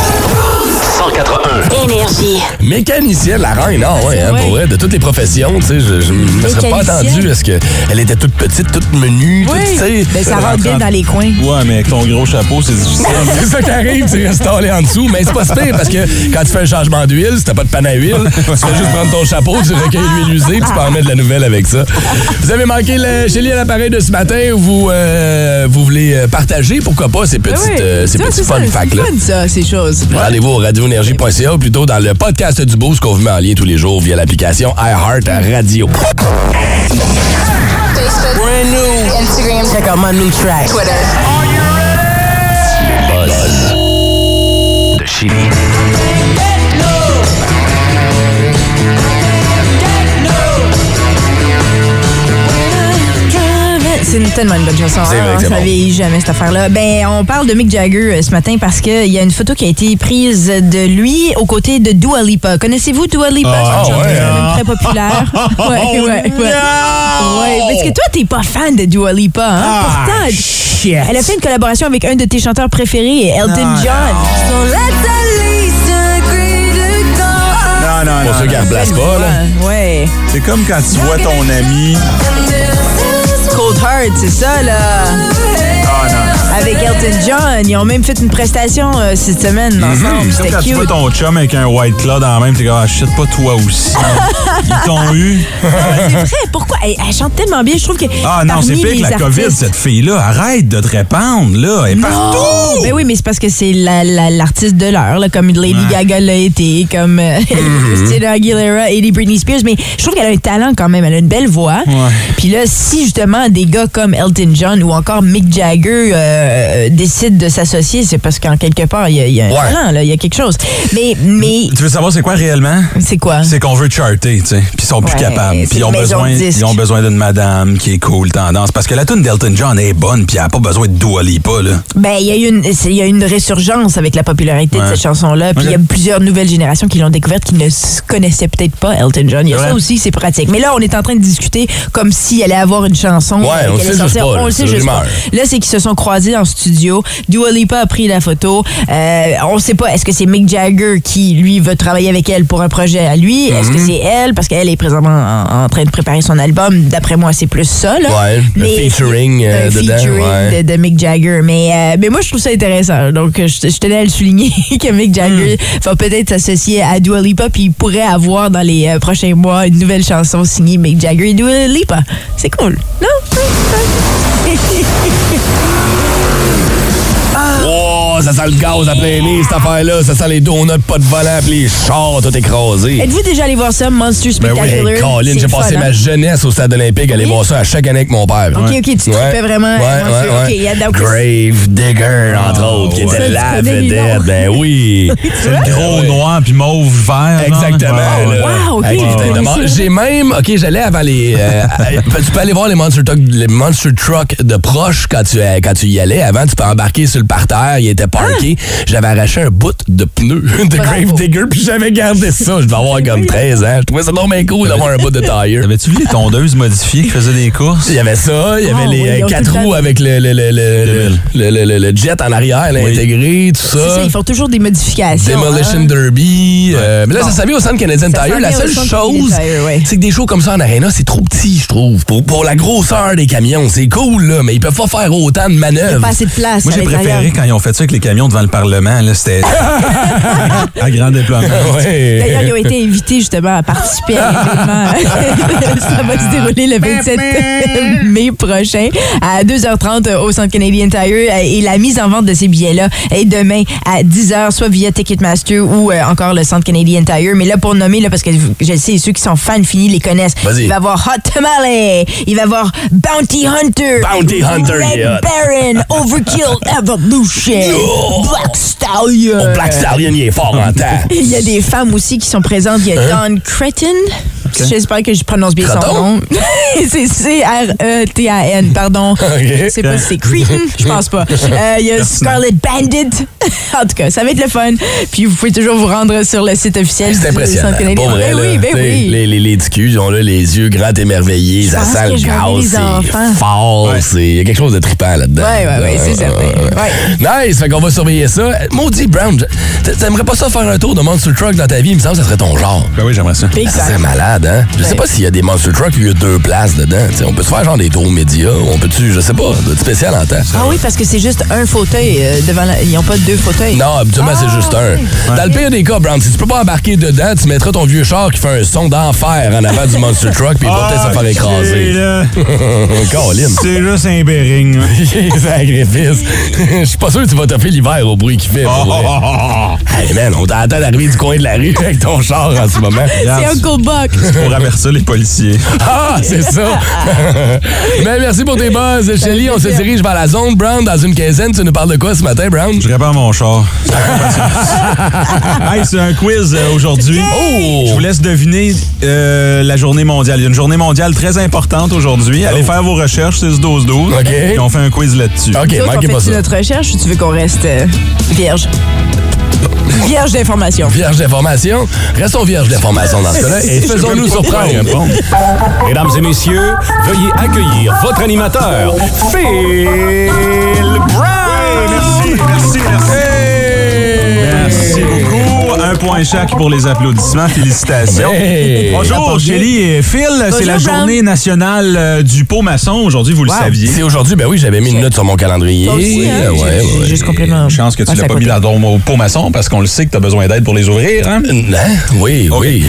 Speaker 4: 181.
Speaker 6: Énergie.
Speaker 1: Mécanicienne, la reine, non, ouais, hein,
Speaker 3: Ouais.
Speaker 1: pour vrai, de toutes les professions, tu sais, je, je me serais pas
Speaker 3: Mécanicienne.
Speaker 1: attendu à ce qu'elle était toute petite, toute menue, toute, *laughs* tu
Speaker 3: Oui.
Speaker 1: sais.
Speaker 3: Ben, ça rentre bien dans les coins.
Speaker 2: Ouais, mais avec ton gros chapeau, c'est difficile.
Speaker 1: *laughs* C'est ça qui arrive, tu restes allé en dessous, mais c'est pas si pire parce que quand tu fais un changement d'huile, si t'as pas de panne à huile, tu fais juste prendre ton chapeau, tu recueilles l'huile usée, puis tu peux en mettre de la nouvelle avec ça. Vous avez manqué le Chélie à l'appareil de ce matin, vous, euh, vous voulez euh, partager, pourquoi pas, ces petites,
Speaker 3: Ah ouais.
Speaker 1: euh, ces
Speaker 3: Ça,
Speaker 1: petits
Speaker 3: c'est ça,
Speaker 1: fun
Speaker 3: c'est
Speaker 1: facts-là.
Speaker 3: fun, ça, ces choses.
Speaker 1: Rendez-vous au radioénergie.ca ou plutôt dans le podcast du Boost qu'on vous met en lien tous les jours via l'application iHeart Radio.
Speaker 5: Instagram. Check out my new track. Twitter.
Speaker 4: De Chili.
Speaker 3: C'est une- tellement une bonne chanson.
Speaker 1: C'est vrai
Speaker 3: hein,
Speaker 1: que c'est
Speaker 3: ça
Speaker 1: bon.
Speaker 3: vieillit jamais cette affaire-là. Ben, on parle de Mick Jagger euh, ce matin parce qu'il y a une photo qui a été prise de lui aux côtés de Dua Lipa. Connaissez-vous Dua Lipa?
Speaker 1: Ah,
Speaker 3: C'est une chanteuse
Speaker 1: ouais,
Speaker 3: quand même
Speaker 1: hein? Oh, *laughs*
Speaker 3: très populaire. ouais, ouais, ouais. Ouais, parce que toi, t'es pas fan de Dua Lipa, hein?
Speaker 1: Ah,
Speaker 3: Pourtant, elle a fait une collaboration avec un de tes chanteurs préférés, Elton
Speaker 1: Ah,
Speaker 3: John.
Speaker 2: Non, non,
Speaker 1: Pour
Speaker 2: non.
Speaker 1: ceux qui ne
Speaker 2: non.
Speaker 1: replacent pas, là.
Speaker 3: Ouais, ouais.
Speaker 2: C'est comme quand tu vois ton ami.
Speaker 3: Cold Heart, c'est ça, là.
Speaker 2: Ah, non.
Speaker 3: Avec Elton John. Ils ont même fait une prestation euh, cette semaine ensemble.
Speaker 2: C'est
Speaker 3: Hmm, C'était
Speaker 2: comme quand Mhm. tu
Speaker 3: cute. *laughs*
Speaker 2: vois ton chum avec un white claw dans la même, t'es comme, ah, shit, pas toi aussi. Il ont eue.
Speaker 3: c'est vrai. Pourquoi? Elle, elle chante tellement bien. Je trouve que.
Speaker 2: Ah non,
Speaker 3: parmi
Speaker 2: c'est pire
Speaker 3: les
Speaker 2: que la COVID,
Speaker 3: artistes-
Speaker 2: cette fille-là. Arrête de te répandre, là. Elle est
Speaker 3: Non!
Speaker 2: partout!
Speaker 3: Ben oui, mais c'est parce que c'est la- la- l'artiste de l'heure, là, comme Lady Gaga l'a été, comme euh, *laughs*
Speaker 2: Mm-hmm.
Speaker 3: Christina Aguilera et les Britney Spears. Mais je trouve qu'elle a un talent quand même. Elle a une belle voix.
Speaker 2: Ouais.
Speaker 3: Puis là, si justement des gars comme Elton John ou encore Mick Jagger euh, décident de s'associer, c'est parce qu'en quelque part, il y a, il y a un
Speaker 1: Ouais.
Speaker 3: talent, là, il y a quelque chose. Mais, mais
Speaker 2: Tu veux savoir c'est quoi réellement?
Speaker 3: c'est quoi?
Speaker 2: C'est qu'on veut charter, tu sais. Puis ils sont plus
Speaker 3: Ouais,
Speaker 2: capables.
Speaker 3: c'est
Speaker 2: Puis ils ont
Speaker 3: une maison
Speaker 2: besoin,
Speaker 3: de disques.
Speaker 2: ils ont besoin d'une madame qui est cool, tendance. Parce que la tune d'Elton John est bonne, puis elle a pas besoin de Dua Lipa, là.
Speaker 3: Ben, il y a eu une, c'est- il y a eu une résurgence avec la popularité de
Speaker 2: Ouais.
Speaker 3: cette chanson-là. Puis il y a
Speaker 2: Ok.
Speaker 3: plusieurs nouvelles générations qui l'ont découverte, qui ne s- connaissaient peut-être pas Elton John. Il y a
Speaker 2: Ouais.
Speaker 3: ça aussi, c'est pratique. Mais là, on est en train de discuter comme s'il allait avoir une chanson. euh,
Speaker 1: Ouais, on
Speaker 3: qu'elle
Speaker 1: sait
Speaker 3: allait
Speaker 1: juste
Speaker 3: sortir.
Speaker 1: pas, là,
Speaker 3: On le
Speaker 1: c'est
Speaker 3: sait juste
Speaker 1: rumeur.
Speaker 3: pas. Là, c'est qu'ils se sont croisés en studio. Dua Lipa a pris la photo. Euh, on sait pas, est-ce que c'est Mick Jagger qui, lui, veut travailler avec elle pour un projet à
Speaker 1: Mm-hmm.
Speaker 3: lui? Est-ce que c'est elle? Parce qu'elle est présentement en, en train de préparer son album. D'après moi, c'est plus ça, là.
Speaker 1: Ouais, le featuring, euh,
Speaker 3: Un
Speaker 1: dedans,
Speaker 3: featuring
Speaker 1: ouais.
Speaker 3: de- de Mick Jagger. Mais, euh, mais moi, je trouve ça intéressant. Donc, euh, je, je tenais à le souligner *laughs* que Mick Jagger
Speaker 1: Hmm.
Speaker 3: va peut-être s'associer à Dua Lipa, puis il pourrait avoir dans les euh, prochains mois une nouvelle chanson signée Mick Jagger et Dua Lipa. C'est cool, non?
Speaker 1: Oh, ça sent le gaz à plein nez, cette affaire-là. Ça sent les donuts, pas de volant, puis les chars, tout écrasé.
Speaker 3: Êtes-vous déjà allé voir ça, Monster
Speaker 1: Ben oui,
Speaker 3: Spectacular?
Speaker 1: hey, Colin,
Speaker 3: C'est
Speaker 1: j'ai
Speaker 3: le
Speaker 1: passé
Speaker 3: fun, hein?
Speaker 1: ma jeunesse au stade olympique, aller
Speaker 3: Oui?
Speaker 1: voir ça à chaque année avec mon père.
Speaker 3: Ok, ok, tu te fais vraiment,
Speaker 1: Ouais,
Speaker 3: mon Dieu.
Speaker 1: ouais, ouais.
Speaker 3: Ok, il y a donc- Ah,
Speaker 1: Grave Digger, entre
Speaker 2: Oh,
Speaker 1: autres, qui
Speaker 2: ouais.
Speaker 1: était
Speaker 3: Ça, tu
Speaker 1: la
Speaker 3: connais les
Speaker 1: vedette.
Speaker 3: noms.
Speaker 1: Ben
Speaker 3: *laughs*
Speaker 1: oui.
Speaker 2: C'est le gros noir, puis mauve, vert. genre.
Speaker 1: Exactement.
Speaker 2: Ouais, ouais.
Speaker 1: là.
Speaker 3: Wow, ok,
Speaker 1: Avec les
Speaker 3: vous
Speaker 1: têtes de
Speaker 3: connaissez,
Speaker 1: mort.
Speaker 3: là.
Speaker 1: J'ai même, ok, j'allais avant les. euh, à- *laughs* tu peux aller voir les monster, truck, les monster Truck de proche quand tu, euh, quand tu y allais. Avant, tu peux embarquer sur le parterre, il était parké.
Speaker 3: Hein?
Speaker 1: J'avais arraché un bout de pneu *laughs* de Grave Digger, puis j'avais gardé ça. Je devais avoir comme 13 ans. Je trouvais ça non bien cool d'avoir un bout de tire.
Speaker 2: T'avais-tu vu les tondeuses modifiées qui faisaient
Speaker 3: *laughs*
Speaker 2: des courses?
Speaker 1: Il y avait ça, il y avait
Speaker 3: Ah, oui,
Speaker 1: les
Speaker 3: ils
Speaker 1: euh,
Speaker 3: ont
Speaker 1: quatre
Speaker 3: tout le
Speaker 1: roues
Speaker 3: temps-
Speaker 1: avec le, le, le, le, le, le- le- le jet en arrière, là,
Speaker 2: Oui.
Speaker 1: intégré, tout
Speaker 3: C'est
Speaker 1: ça.
Speaker 3: ça, ils font toujours des modifications.
Speaker 1: Demolition
Speaker 3: hein?
Speaker 1: Derby. euh, mais là, ça s'en vient au Centre Canadien
Speaker 3: Ça s'en
Speaker 1: Tire. La
Speaker 3: vient au
Speaker 1: seule
Speaker 3: Centre
Speaker 1: chose,
Speaker 3: Canadian Tire, ouais.
Speaker 1: c'est que des shows comme ça en aréna, c'est trop petit, je trouve. Pour, pour la grosseur des camions, c'est cool, là, mais ils peuvent pas faire autant de
Speaker 3: Il y a
Speaker 1: manœuvres.
Speaker 3: pas assez de place.
Speaker 2: Moi,
Speaker 3: à
Speaker 2: j'ai
Speaker 3: l'intérieur.
Speaker 2: préféré quand ils ont fait ça avec les camions devant le Parlement. là,
Speaker 3: *laughs*
Speaker 2: C'était à grand déploiement.
Speaker 3: D'ailleurs,
Speaker 1: Ouais. *laughs*
Speaker 3: ils ont été invités justement à participer à l'événement. *laughs* Ça va se dérouler le 27 *laughs* mai prochain à 2h30 au Centre Canadian Tire. Et la mise en vente de ces billets-là est demain à 10h, soit via Ticketmaster ou euh, encore le Centre Canadian Tire. Mais là, pour nommer, là, parce que je le sais, ceux qui sont fans finis les connaissent.
Speaker 1: Vas-y.
Speaker 3: Il va y avoir Hot Tamale, il va y avoir Bounty Hunter,
Speaker 1: Bounty Hunter,
Speaker 3: Red
Speaker 1: il est hot.
Speaker 3: Baron, Overkill Evolution,
Speaker 1: Yo!
Speaker 3: Black Stallion.
Speaker 1: Au Black Stallion, il est fort en temps.
Speaker 3: Il y a des femmes aussi qui sont présentes. Il y a
Speaker 1: Hein?
Speaker 3: Dawn Cretin. J'espère que je prononce bien son
Speaker 1: Creton?
Speaker 3: nom. *laughs* c'est E C-R-E-T-A-N,
Speaker 1: *laughs*
Speaker 3: pardon. Je sais pas si c'est Cretin, je pense pas. Euh, Il y a Scarlet Bandit. *laughs* en tout cas, ça va être le fun. Puis vous pouvez toujours vous rendre sur le site officiel
Speaker 1: C'est
Speaker 3: du
Speaker 1: impressionnant.
Speaker 3: Centre canadien.
Speaker 1: Pas vrai,
Speaker 3: Ben
Speaker 1: là.
Speaker 3: oui, ben
Speaker 1: T'sais,
Speaker 3: oui.
Speaker 1: Les, les, les ticus, ils ont là les yeux grands émerveillés,
Speaker 3: Je
Speaker 1: ça
Speaker 3: pense
Speaker 1: sent
Speaker 3: que
Speaker 1: le
Speaker 3: je vais aimer les
Speaker 1: gaz,
Speaker 3: enfants.
Speaker 1: c'est fort,
Speaker 2: Ouais.
Speaker 1: c'est- il y a quelque chose de trippant là-dedans.
Speaker 3: Ouais, ouais, ouais, c'est certain.
Speaker 1: ouais. Nice, fait qu'on va surveiller ça. Maudit Brown, je- t'a- t'aimerais pas ça faire un tour de Monster Truck dans ta vie? Il me semble que ça serait ton genre.
Speaker 2: Ben oui, j'aimerais ça.
Speaker 3: Big
Speaker 1: Ça
Speaker 3: time.
Speaker 1: serait malade, hein? Je sais
Speaker 3: Ouais.
Speaker 1: pas s'il y a des Monster Truck, il y a deux places dedans. T'sais, on peut se faire genre des tours médias, on peut-tu, je sais pas, de spécial en temps.
Speaker 3: Ah oui, parce que c'est juste un fauteuil euh, devant la... Ils n'ont pas deux fauteuils.
Speaker 1: Non, habituellement, c'est juste un. Dans le pire des cas, Brown, si tu peux pas embarquer dedans, tu mettras ton vieux char qui fait un son d'enfer en avant du Monster Truck, puis il va peut-être se faire écraser.
Speaker 2: Ah, *laughs*
Speaker 1: Colin.
Speaker 2: C'est juste un bearing. *laughs* là.
Speaker 1: *laughs* Sacrifice. Je suis pas sûr que tu vas taper l'hiver au bruit qu'il fait. pour vrai. Hey man, on t'entend d'arriver du coin de la rue *laughs* avec ton char en ce moment.
Speaker 3: C'est
Speaker 2: Regarde,
Speaker 3: Uncle Buck.
Speaker 2: Pour avertir les policiers.
Speaker 1: Ah, c'est ça. *laughs* Mais merci pour tes buzz, Shelly. On se dirige vers la zone Brown dans une quinzaine. Tu nous parles de quoi ce matin, Brown?
Speaker 2: Je répare mon char. hey, c'est un quiz euh, aujourd'hui.
Speaker 1: Oh!
Speaker 2: Je vous laisse deviner euh, la journée mondiale. Il y a une journée mondiale très importante aujourd'hui. Allez
Speaker 1: Oh.
Speaker 2: faire vos recherches, 6-12-12.
Speaker 1: OK.
Speaker 2: Et on fait un quiz là-dessus.
Speaker 1: OK,
Speaker 3: Nous autres,
Speaker 1: manquez
Speaker 3: on
Speaker 1: pas ça.
Speaker 3: fait-tu notre recherche ou tu veux qu'on reste euh, vierge? Vierge d'information.
Speaker 1: Vierge d'information. Restons vierge d'information dans ce cas-là
Speaker 2: *laughs*
Speaker 1: et faisons-nous surprendre.
Speaker 2: hein,
Speaker 7: Mesdames et messieurs, veuillez accueillir votre animateur, Phil Brown.
Speaker 1: Ah!
Speaker 2: Merci, merci, merci. Merci beaucoup. Un point chaque pour les applaudissements. Félicitations.
Speaker 1: Hey!
Speaker 2: Bonjour, Chélie et Phil. C'est la
Speaker 3: Brown.
Speaker 2: journée nationale euh, du pot maçon. Aujourd'hui, vous le saviez.
Speaker 1: C'est aujourd'hui, ben oui, j'avais mis une note sur mon calendrier.
Speaker 3: Toi aussi, hein?
Speaker 1: Eh, Ouais,
Speaker 3: J'ai- j'ai
Speaker 1: ouais.
Speaker 3: juste complètement.
Speaker 2: Chance que tu
Speaker 3: passé
Speaker 2: l'as
Speaker 3: à
Speaker 2: pas mis
Speaker 3: côté.
Speaker 2: dans ton pot maçon parce qu'on le sait que tu as besoin d'aide pour les ouvrir. hein?
Speaker 1: Hein? Oui, oui.